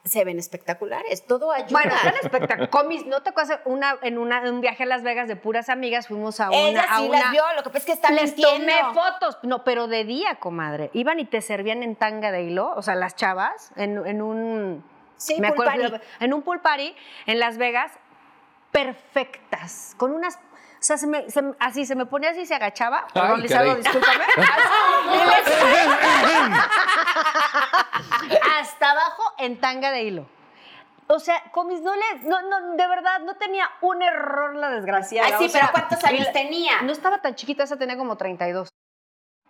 Speaker 1: se ven espectaculares, todo ayuda.
Speaker 5: Bueno, tan espectacular. Comis, ¿no te acuerdas una, en una, en un viaje a Las Vegas de puras amigas? Fuimos a una.
Speaker 1: Ella
Speaker 5: a
Speaker 1: sí
Speaker 5: una-
Speaker 1: las vio, lo que pasa es que está
Speaker 5: Les tomé
Speaker 1: mintiendo.
Speaker 5: fotos, no, pero de día, comadre. Iban y te servían en tanga de hilo, o sea, las chavas, en, en un.
Speaker 1: Sí,
Speaker 5: me
Speaker 1: pool
Speaker 5: acuerdo-
Speaker 1: party.
Speaker 5: En un pool party en Las Vegas, perfectas, con unas. O sea, se me- se me- así, se me ponía así y se agachaba. Perdón, Lizardo,
Speaker 2: caray.
Speaker 5: discúlpame. Hasta abajo en tanga de hilo. O sea, comis, no le. No, no, de verdad, no tenía un error la desgraciada.
Speaker 1: Ay, sí,
Speaker 5: o sea,
Speaker 1: pero ¿cuántos años tenía?
Speaker 5: no estaba tan chiquita, esa tenía como 32.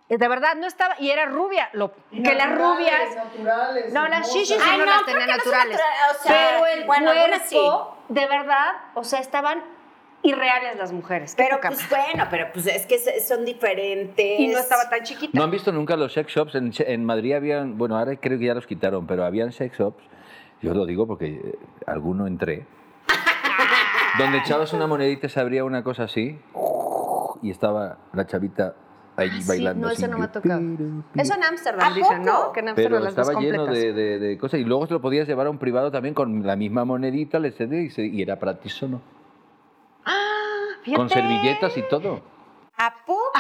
Speaker 5: Eh, De verdad, no estaba, y era rubia, lo,
Speaker 6: Y
Speaker 5: que las
Speaker 6: naturales,
Speaker 5: rubias...
Speaker 6: naturales,
Speaker 5: No, las
Speaker 6: hermosas.
Speaker 5: shishis
Speaker 1: Ay,
Speaker 5: no,
Speaker 1: no,
Speaker 5: las
Speaker 1: creo
Speaker 5: tenía
Speaker 1: que no son
Speaker 5: naturales.
Speaker 1: naturales, o sea,
Speaker 5: pero el
Speaker 1: bueno, algunas
Speaker 5: cuerpo, de verdad, o sea, estaban irreales las mujeres. qué
Speaker 1: Pero
Speaker 5: poca
Speaker 1: pues
Speaker 5: madre.
Speaker 1: bueno, pero pues es que se- son diferentes.
Speaker 5: y no estaba tan chiquita.
Speaker 2: ¿No han visto nunca los sex shops? En, en Madrid habían, bueno, ahora creo que ya los quitaron, pero habían sex shops, yo lo digo porque eh, alguno entré, donde echabas una monedita y se abría una cosa así, y estaba la chavita ahí
Speaker 5: Ah, sí,
Speaker 2: bailando.
Speaker 5: no,
Speaker 2: así,
Speaker 5: eso no me ha
Speaker 2: yo,
Speaker 5: tocado.
Speaker 2: piru, piru.
Speaker 5: Eso en
Speaker 1: ¿A
Speaker 5: Ámsterdam, dicen,
Speaker 1: poco?
Speaker 5: ¿no? Que en Ámsterdam
Speaker 2: Pero
Speaker 5: las más
Speaker 2: estaba lleno
Speaker 5: completas.
Speaker 2: de, de- de cosas. Y luego te lo podías llevar a un privado también con la misma monedita, le cedí y, se- y era para ti solo. Con
Speaker 5: Fíjate.
Speaker 2: servilletas y todo.
Speaker 1: ¿A poco?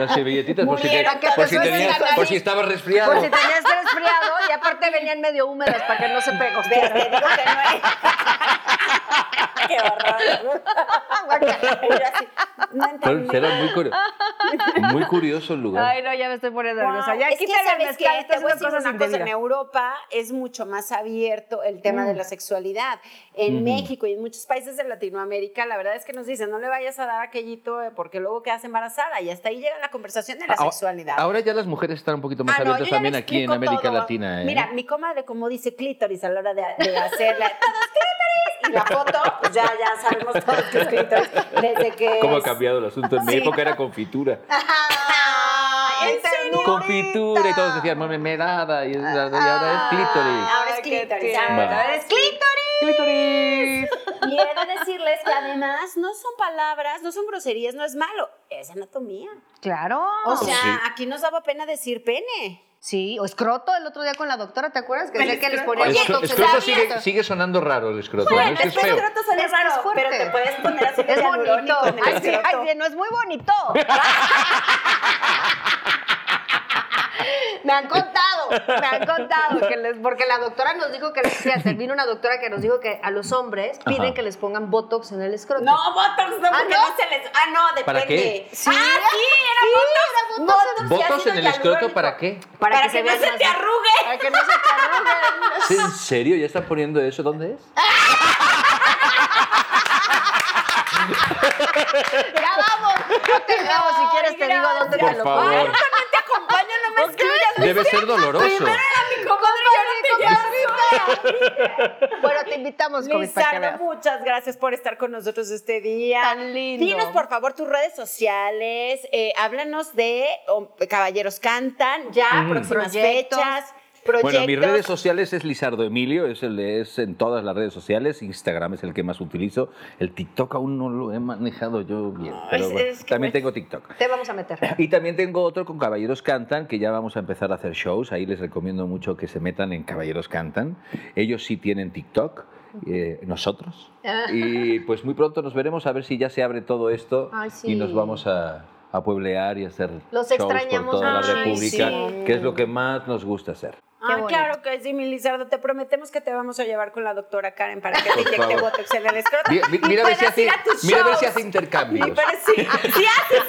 Speaker 2: Las servilletitas, por si, te-
Speaker 5: Murieron, que
Speaker 2: por
Speaker 5: te
Speaker 2: si
Speaker 5: suene la
Speaker 2: tenías- por
Speaker 5: nariz.
Speaker 2: si estabas resfriado.
Speaker 5: Por si tenías resfriado y aparte venían medio húmedas para que no se
Speaker 1: Pero
Speaker 5: pegostearan.
Speaker 1: te digo que no es- Qué horror. Yo así, no
Speaker 2: Pero
Speaker 1: entendí.
Speaker 2: Era muy, curio- muy curioso el lugar.
Speaker 5: Ay, no, ya me estoy poniendo
Speaker 1: Wow,
Speaker 5: nerviosa. Ya
Speaker 1: es que
Speaker 5: quítale el
Speaker 1: sabes
Speaker 5: mezcal,
Speaker 1: que
Speaker 5: estás
Speaker 1: te voy a decir
Speaker 5: haciendo cosas
Speaker 1: una cosa, en
Speaker 5: indebidas. Mm.
Speaker 1: Europa es mucho más abierto el tema de la sexualidad. En México y en muchos países de Latinoamérica, la verdad es que nos dicen, no le vayas a dar aquellito eh, porque luego quedas embarazada y hasta ahí llega la conversación
Speaker 5: Ah,
Speaker 1: de la
Speaker 2: Ahora-
Speaker 1: sexualidad.
Speaker 2: Ahora ya las mujeres están un poquito más
Speaker 1: Ah, no,
Speaker 2: abiertas
Speaker 1: yo ya
Speaker 2: también
Speaker 1: le
Speaker 2: aquí en
Speaker 1: explico
Speaker 2: América
Speaker 1: todo.
Speaker 2: Latina. ¿eh?
Speaker 1: Mira, mi comadre, como dice clítoris a la hora de, de hacerla. ¡Todos clítoris! Y la foto, pues ya, ya sabemos todos que es clítoris. Desde que.
Speaker 2: ¿Cómo ha
Speaker 1: es-
Speaker 2: cambiado el asunto? En mi época era confitura.
Speaker 1: Ay, Ah, ¿en serio?
Speaker 2: Confitura y todos decían, mermelada. Y, y
Speaker 1: Ah.
Speaker 2: ahora es clítoris.
Speaker 1: Ahora es
Speaker 5: Ay, qué
Speaker 1: clítoris. Ah,
Speaker 5: tierno.
Speaker 1: Ahora es clítoris.
Speaker 2: ¡Clítoris!
Speaker 1: Y he de decirles que además no son palabras, no son groserías, no es malo, es anatomía.
Speaker 5: Claro.
Speaker 1: O sea,
Speaker 2: Ah, sí.
Speaker 1: aquí nos daba pena decir pene.
Speaker 5: Sí, o escroto el otro día con la doctora, ¿te acuerdas? Que decía que les ponía
Speaker 2: El
Speaker 5: los
Speaker 2: escro-
Speaker 5: toques
Speaker 2: escroto
Speaker 5: de
Speaker 2: sigue,
Speaker 5: abierto.
Speaker 2: sigue sonando raro el escroto. ¿no? Es que es
Speaker 1: que
Speaker 2: feo.
Speaker 1: escroto suena
Speaker 5: Es que es
Speaker 1: raro,
Speaker 5: fuerte.
Speaker 1: pero te puedes poner así
Speaker 5: Es bonito. Ay, sí, ay, sí,
Speaker 1: Ay,
Speaker 5: no es muy bonito. Me han contado, me han contado que les, porque la doctora nos dijo que les, fíjate, vino una doctora que nos dijo que a los hombres piden
Speaker 2: Ajá.
Speaker 5: que les pongan botox en el escroto.
Speaker 1: no, Botox no,
Speaker 5: Ah,
Speaker 1: porque
Speaker 5: ¿no?
Speaker 1: no se les... Ah, no, depende.
Speaker 2: ¿Para qué?
Speaker 1: Sí. Ah, sí, era
Speaker 5: Sí,
Speaker 1: Botox. Botox, y
Speaker 2: ¿Votos
Speaker 1: ácido
Speaker 2: en el escroto
Speaker 1: hialurónico.
Speaker 2: para qué?
Speaker 1: Para,
Speaker 5: Para
Speaker 1: que,
Speaker 5: que
Speaker 1: no
Speaker 5: veas
Speaker 1: se
Speaker 5: más-
Speaker 1: te arrugue.
Speaker 5: Para que no se te arruguen.
Speaker 2: ¿Es ¿En serio? ¿Ya están poniendo eso? ¿Dónde es?
Speaker 1: Ah,
Speaker 5: Grabamos, yo te grabo si quieres, te digo dónde
Speaker 2: gracias.
Speaker 5: te lo
Speaker 2: Por favor.
Speaker 5: pongo.
Speaker 1: Ay, yo también te acompaño, no me excluyas.
Speaker 2: Debe ser doloroso.
Speaker 1: Primero era mi comadre y ahora te llevas
Speaker 5: Bueno, te invitamos, Comis, para que
Speaker 1: Lizardo,
Speaker 5: veas.
Speaker 1: muchas gracias por estar con nosotros este día.
Speaker 5: Tan lindo.
Speaker 1: Dinos, por favor, tus redes sociales. eh, háblanos de oh, Caballeros Cantan, ya, próximas
Speaker 5: Proyectos.
Speaker 1: fechas.
Speaker 2: Bueno, mis
Speaker 1: proyectos.
Speaker 2: redes sociales es Lizardo Emilio, es, el, es en todas las redes sociales. Instagram es el que más utilizo. El TikTok aún no lo he manejado yo bien. pero
Speaker 1: es-
Speaker 2: bueno,
Speaker 1: es que
Speaker 2: también
Speaker 1: bueno.
Speaker 2: tengo TikTok.
Speaker 5: Te vamos a meter.
Speaker 2: Y también tengo otro con Caballeros Cantan, que ya vamos a empezar a hacer shows. Ahí les recomiendo mucho que se metan en Caballeros Cantan. Ellos sí tienen TikTok, eh, nosotros.
Speaker 5: Ah.
Speaker 2: Y pues muy pronto nos veremos a ver si ya se abre todo esto
Speaker 5: Ay, sí.
Speaker 2: y nos vamos a, a pueblear y a hacer
Speaker 5: Los
Speaker 2: shows
Speaker 5: extrañamos
Speaker 2: por toda la
Speaker 1: mucho. Ay,
Speaker 2: República,
Speaker 5: sí.
Speaker 2: que es lo que más nos gusta hacer.
Speaker 5: Qué
Speaker 1: Ah,
Speaker 5: bonito.
Speaker 1: claro que sí, mi Lizardo. Te prometemos que te vamos a llevar con la doctora Karen para que te
Speaker 2: Por
Speaker 1: inyecte
Speaker 2: favor.
Speaker 1: botox en el escroto.
Speaker 2: Mi- mi-
Speaker 1: Y
Speaker 2: mira, a ver si
Speaker 1: puedas
Speaker 2: hace,
Speaker 1: ir a tus
Speaker 2: mira a ver si
Speaker 1: shows.
Speaker 2: hace intercambios.
Speaker 1: Y para- sí, sí
Speaker 5: Ah,
Speaker 1: hace,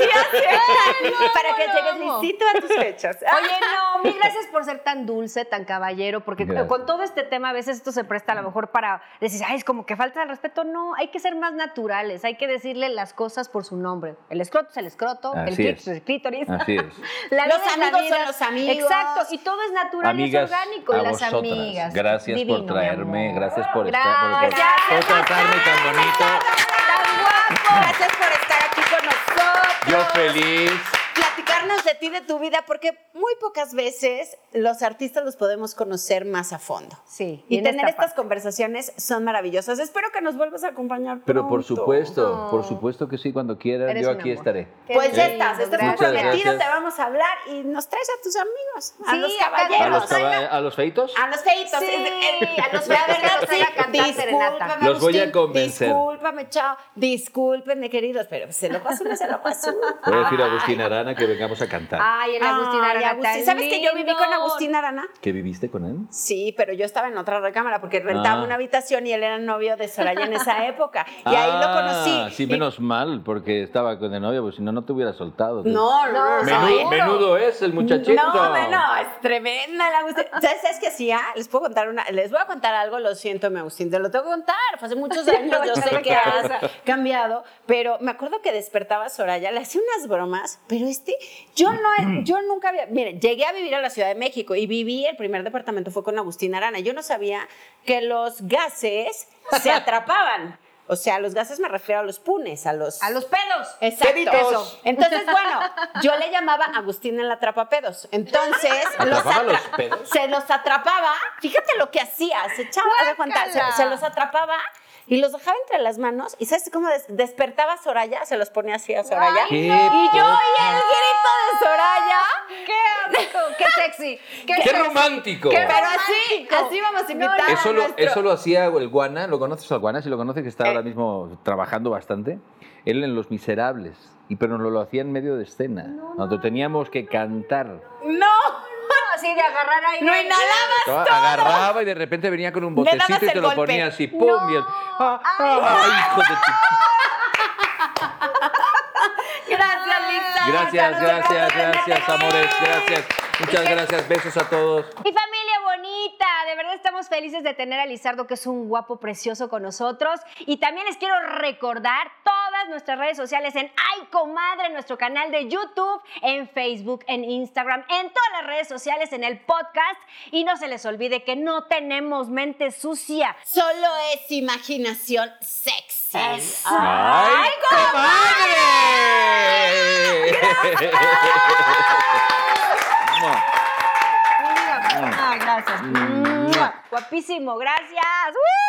Speaker 1: sí hace. para que
Speaker 5: lo
Speaker 1: llegues
Speaker 5: amo.
Speaker 1: lisito a tus fechas.
Speaker 5: Oye, no, mil gracias por ser tan dulce, tan caballero, porque
Speaker 2: Gracias.
Speaker 5: con todo este tema a veces esto se presta a lo mejor para decir, ay, es como que falta el respeto. No, hay que ser más naturales, hay que decirle las cosas por su nombre. El escroto es el escroto, el
Speaker 2: Así
Speaker 5: clítoris
Speaker 2: es.
Speaker 5: es el clítoris.
Speaker 2: Así es.
Speaker 5: La
Speaker 1: Los
Speaker 5: vida es la
Speaker 1: amigos son
Speaker 5: vida.
Speaker 1: los amigos.
Speaker 5: Exacto, y todo es natural,
Speaker 2: Amigas,
Speaker 5: es orgánico.
Speaker 2: a
Speaker 5: y las
Speaker 2: vosotras.
Speaker 5: amigas.
Speaker 2: Gracias
Speaker 5: Divino,
Speaker 2: por
Speaker 5: mi
Speaker 2: traerme,
Speaker 5: amor.
Speaker 2: gracias por estar, por- por,
Speaker 5: Gracias.
Speaker 2: por tratarme tan bonito.
Speaker 5: Tan guapo.
Speaker 1: Ah, Gracias por estar aquí con nosotros.
Speaker 2: Yo feliz.
Speaker 1: Platicarnos de ti, de tu vida, porque muy pocas veces los artistas los podemos conocer más a fondo.
Speaker 5: Sí,
Speaker 1: Y,
Speaker 5: en
Speaker 1: tener
Speaker 5: esta
Speaker 1: estas conversaciones son maravillosas. Espero que nos vuelvas a acompañar.
Speaker 2: Pero por
Speaker 1: pronto.
Speaker 2: supuesto,
Speaker 5: No.
Speaker 2: por supuesto que sí, cuando quieran,
Speaker 5: Eres
Speaker 2: yo
Speaker 5: un
Speaker 2: aquí
Speaker 5: amor.
Speaker 2: estaré.
Speaker 5: Qué
Speaker 1: Pues ya
Speaker 5: lindo,
Speaker 1: estás, estás
Speaker 5: gracias.
Speaker 1: comprometido,
Speaker 2: gracias.
Speaker 1: te vamos a hablar y nos traes a tus amigos, a
Speaker 5: Sí,
Speaker 1: los
Speaker 5: acá
Speaker 1: caballeros.
Speaker 2: ¿A los,
Speaker 5: Pero-
Speaker 2: caba- a los feitos?
Speaker 1: A los feitos.
Speaker 5: Sí,
Speaker 1: eh, eh,
Speaker 5: a los
Speaker 1: la
Speaker 5: feitos
Speaker 1: verdad,
Speaker 5: que los
Speaker 1: sí,
Speaker 5: haga cantar serenata.
Speaker 1: discúlpame,
Speaker 2: Los voy a
Speaker 1: Agustín,
Speaker 2: convencer.
Speaker 1: Discúlpame, chao. Discúlpenme, queridos, pero se lo paso, no se lo paso.
Speaker 2: Voy a
Speaker 1: ah,
Speaker 2: decir a Agustín Arana que vengamos a cantar.
Speaker 5: Ay, el Agustín
Speaker 1: Ay,
Speaker 5: Arana.
Speaker 1: Agustín.
Speaker 5: tan
Speaker 1: ¿Sabes que yo viví con
Speaker 5: lindo.
Speaker 1: Agustín Arana?
Speaker 2: ¿Que viviste con él?
Speaker 1: Sí, pero yo estaba en otra recámara porque rentaba
Speaker 2: Ah.
Speaker 1: una habitación y él era novio de Soraya en esa época. Y
Speaker 2: Ah,
Speaker 1: ahí lo conocí.
Speaker 2: Sí,
Speaker 1: Y-
Speaker 2: menos mal, porque estaba con el novio, pues si no, no te hubiera soltado.
Speaker 1: No, no, no.
Speaker 2: Menudo,
Speaker 5: Menudo-
Speaker 2: menudo es el muchachito.
Speaker 1: No, bueno, es tremenda la Agustín. ¿Sabes, sabes qué hacía? Les puedo contar una, les voy a contar algo, lo siento, mi Agustín, te lo tengo que contar. Fue hace muchos años, yo sé que has cambiado, pero me acuerdo que despertaba a Soraya, le hacía unas bromas, pero este, yo no, yo nunca había, miren, llegué a vivir a la Ciudad de México y viví, el primer departamento fue con Agustín Arana, yo no sabía que los gases se atrapaban. O sea, los gases me refiero a los punes, a los...
Speaker 5: A los pedos.
Speaker 1: Exacto.
Speaker 5: Peditos.
Speaker 1: Entonces, bueno, yo le llamaba Agustín el atrapapedos. Entonces, los
Speaker 2: ¿Atrapaba los
Speaker 1: atra-
Speaker 2: pedos?
Speaker 1: se los atrapaba. Fíjate lo que hacía, se echaba, haz de cuenta, se,
Speaker 5: Guácala.
Speaker 1: se los atrapaba y los dejaba entre las manos. ¿Y sabes cómo des- despertaba a Soraya? Se los ponía así a Soraya.
Speaker 2: ¡Qué
Speaker 1: Y yo oía el grito de Soraya.
Speaker 5: ¡Qué rico! ¡Qué sexy! ¡Qué,
Speaker 2: ¡Qué
Speaker 5: sexy!
Speaker 2: romántico!
Speaker 5: ¡Qué
Speaker 1: Pero así,
Speaker 5: romántico!
Speaker 1: así vamos a invitar a
Speaker 2: Eso lo,
Speaker 1: Ah, nuestro- Eh.
Speaker 2: eso lo hacía el Guana, ¿lo conoces al Guana? Si lo conoces, que está ahora mismo trabajando bastante. Él en Los Miserables, y, pero nos lo, lo hacía en medio de escena, cuando teníamos que cantar.
Speaker 1: No,
Speaker 5: Así de agarrar aire.
Speaker 1: no inhalaba.
Speaker 2: Estaba- Agarraba y de repente venía con un
Speaker 1: Le dabas
Speaker 2: botecito y te
Speaker 1: el
Speaker 2: lo
Speaker 1: golpe.
Speaker 2: ponía así, ¡pum! Y el- ¡Ah, ah, hijo de tu-
Speaker 1: Gracias, Lisa.
Speaker 2: Gracias, gracias, gracias, amores, gracias. Muchas gracias, besos a todos.
Speaker 5: Mi familia bonita, de verdad estamos felices de tener a Lizardo, que es un guapo precioso con nosotros. Y también les quiero recordar todas nuestras redes sociales en Ay Comadre, en nuestro canal de YouTube, en Facebook, en Instagram, en todas las redes sociales, en el podcast. Y no se les olvide que no tenemos mente sucia.
Speaker 1: Solo es imaginación sexy.
Speaker 2: ¡Ay, comadre! Mua.
Speaker 5: Ah, Mm, gracias. Guapísimo, gracias. ¡Uh!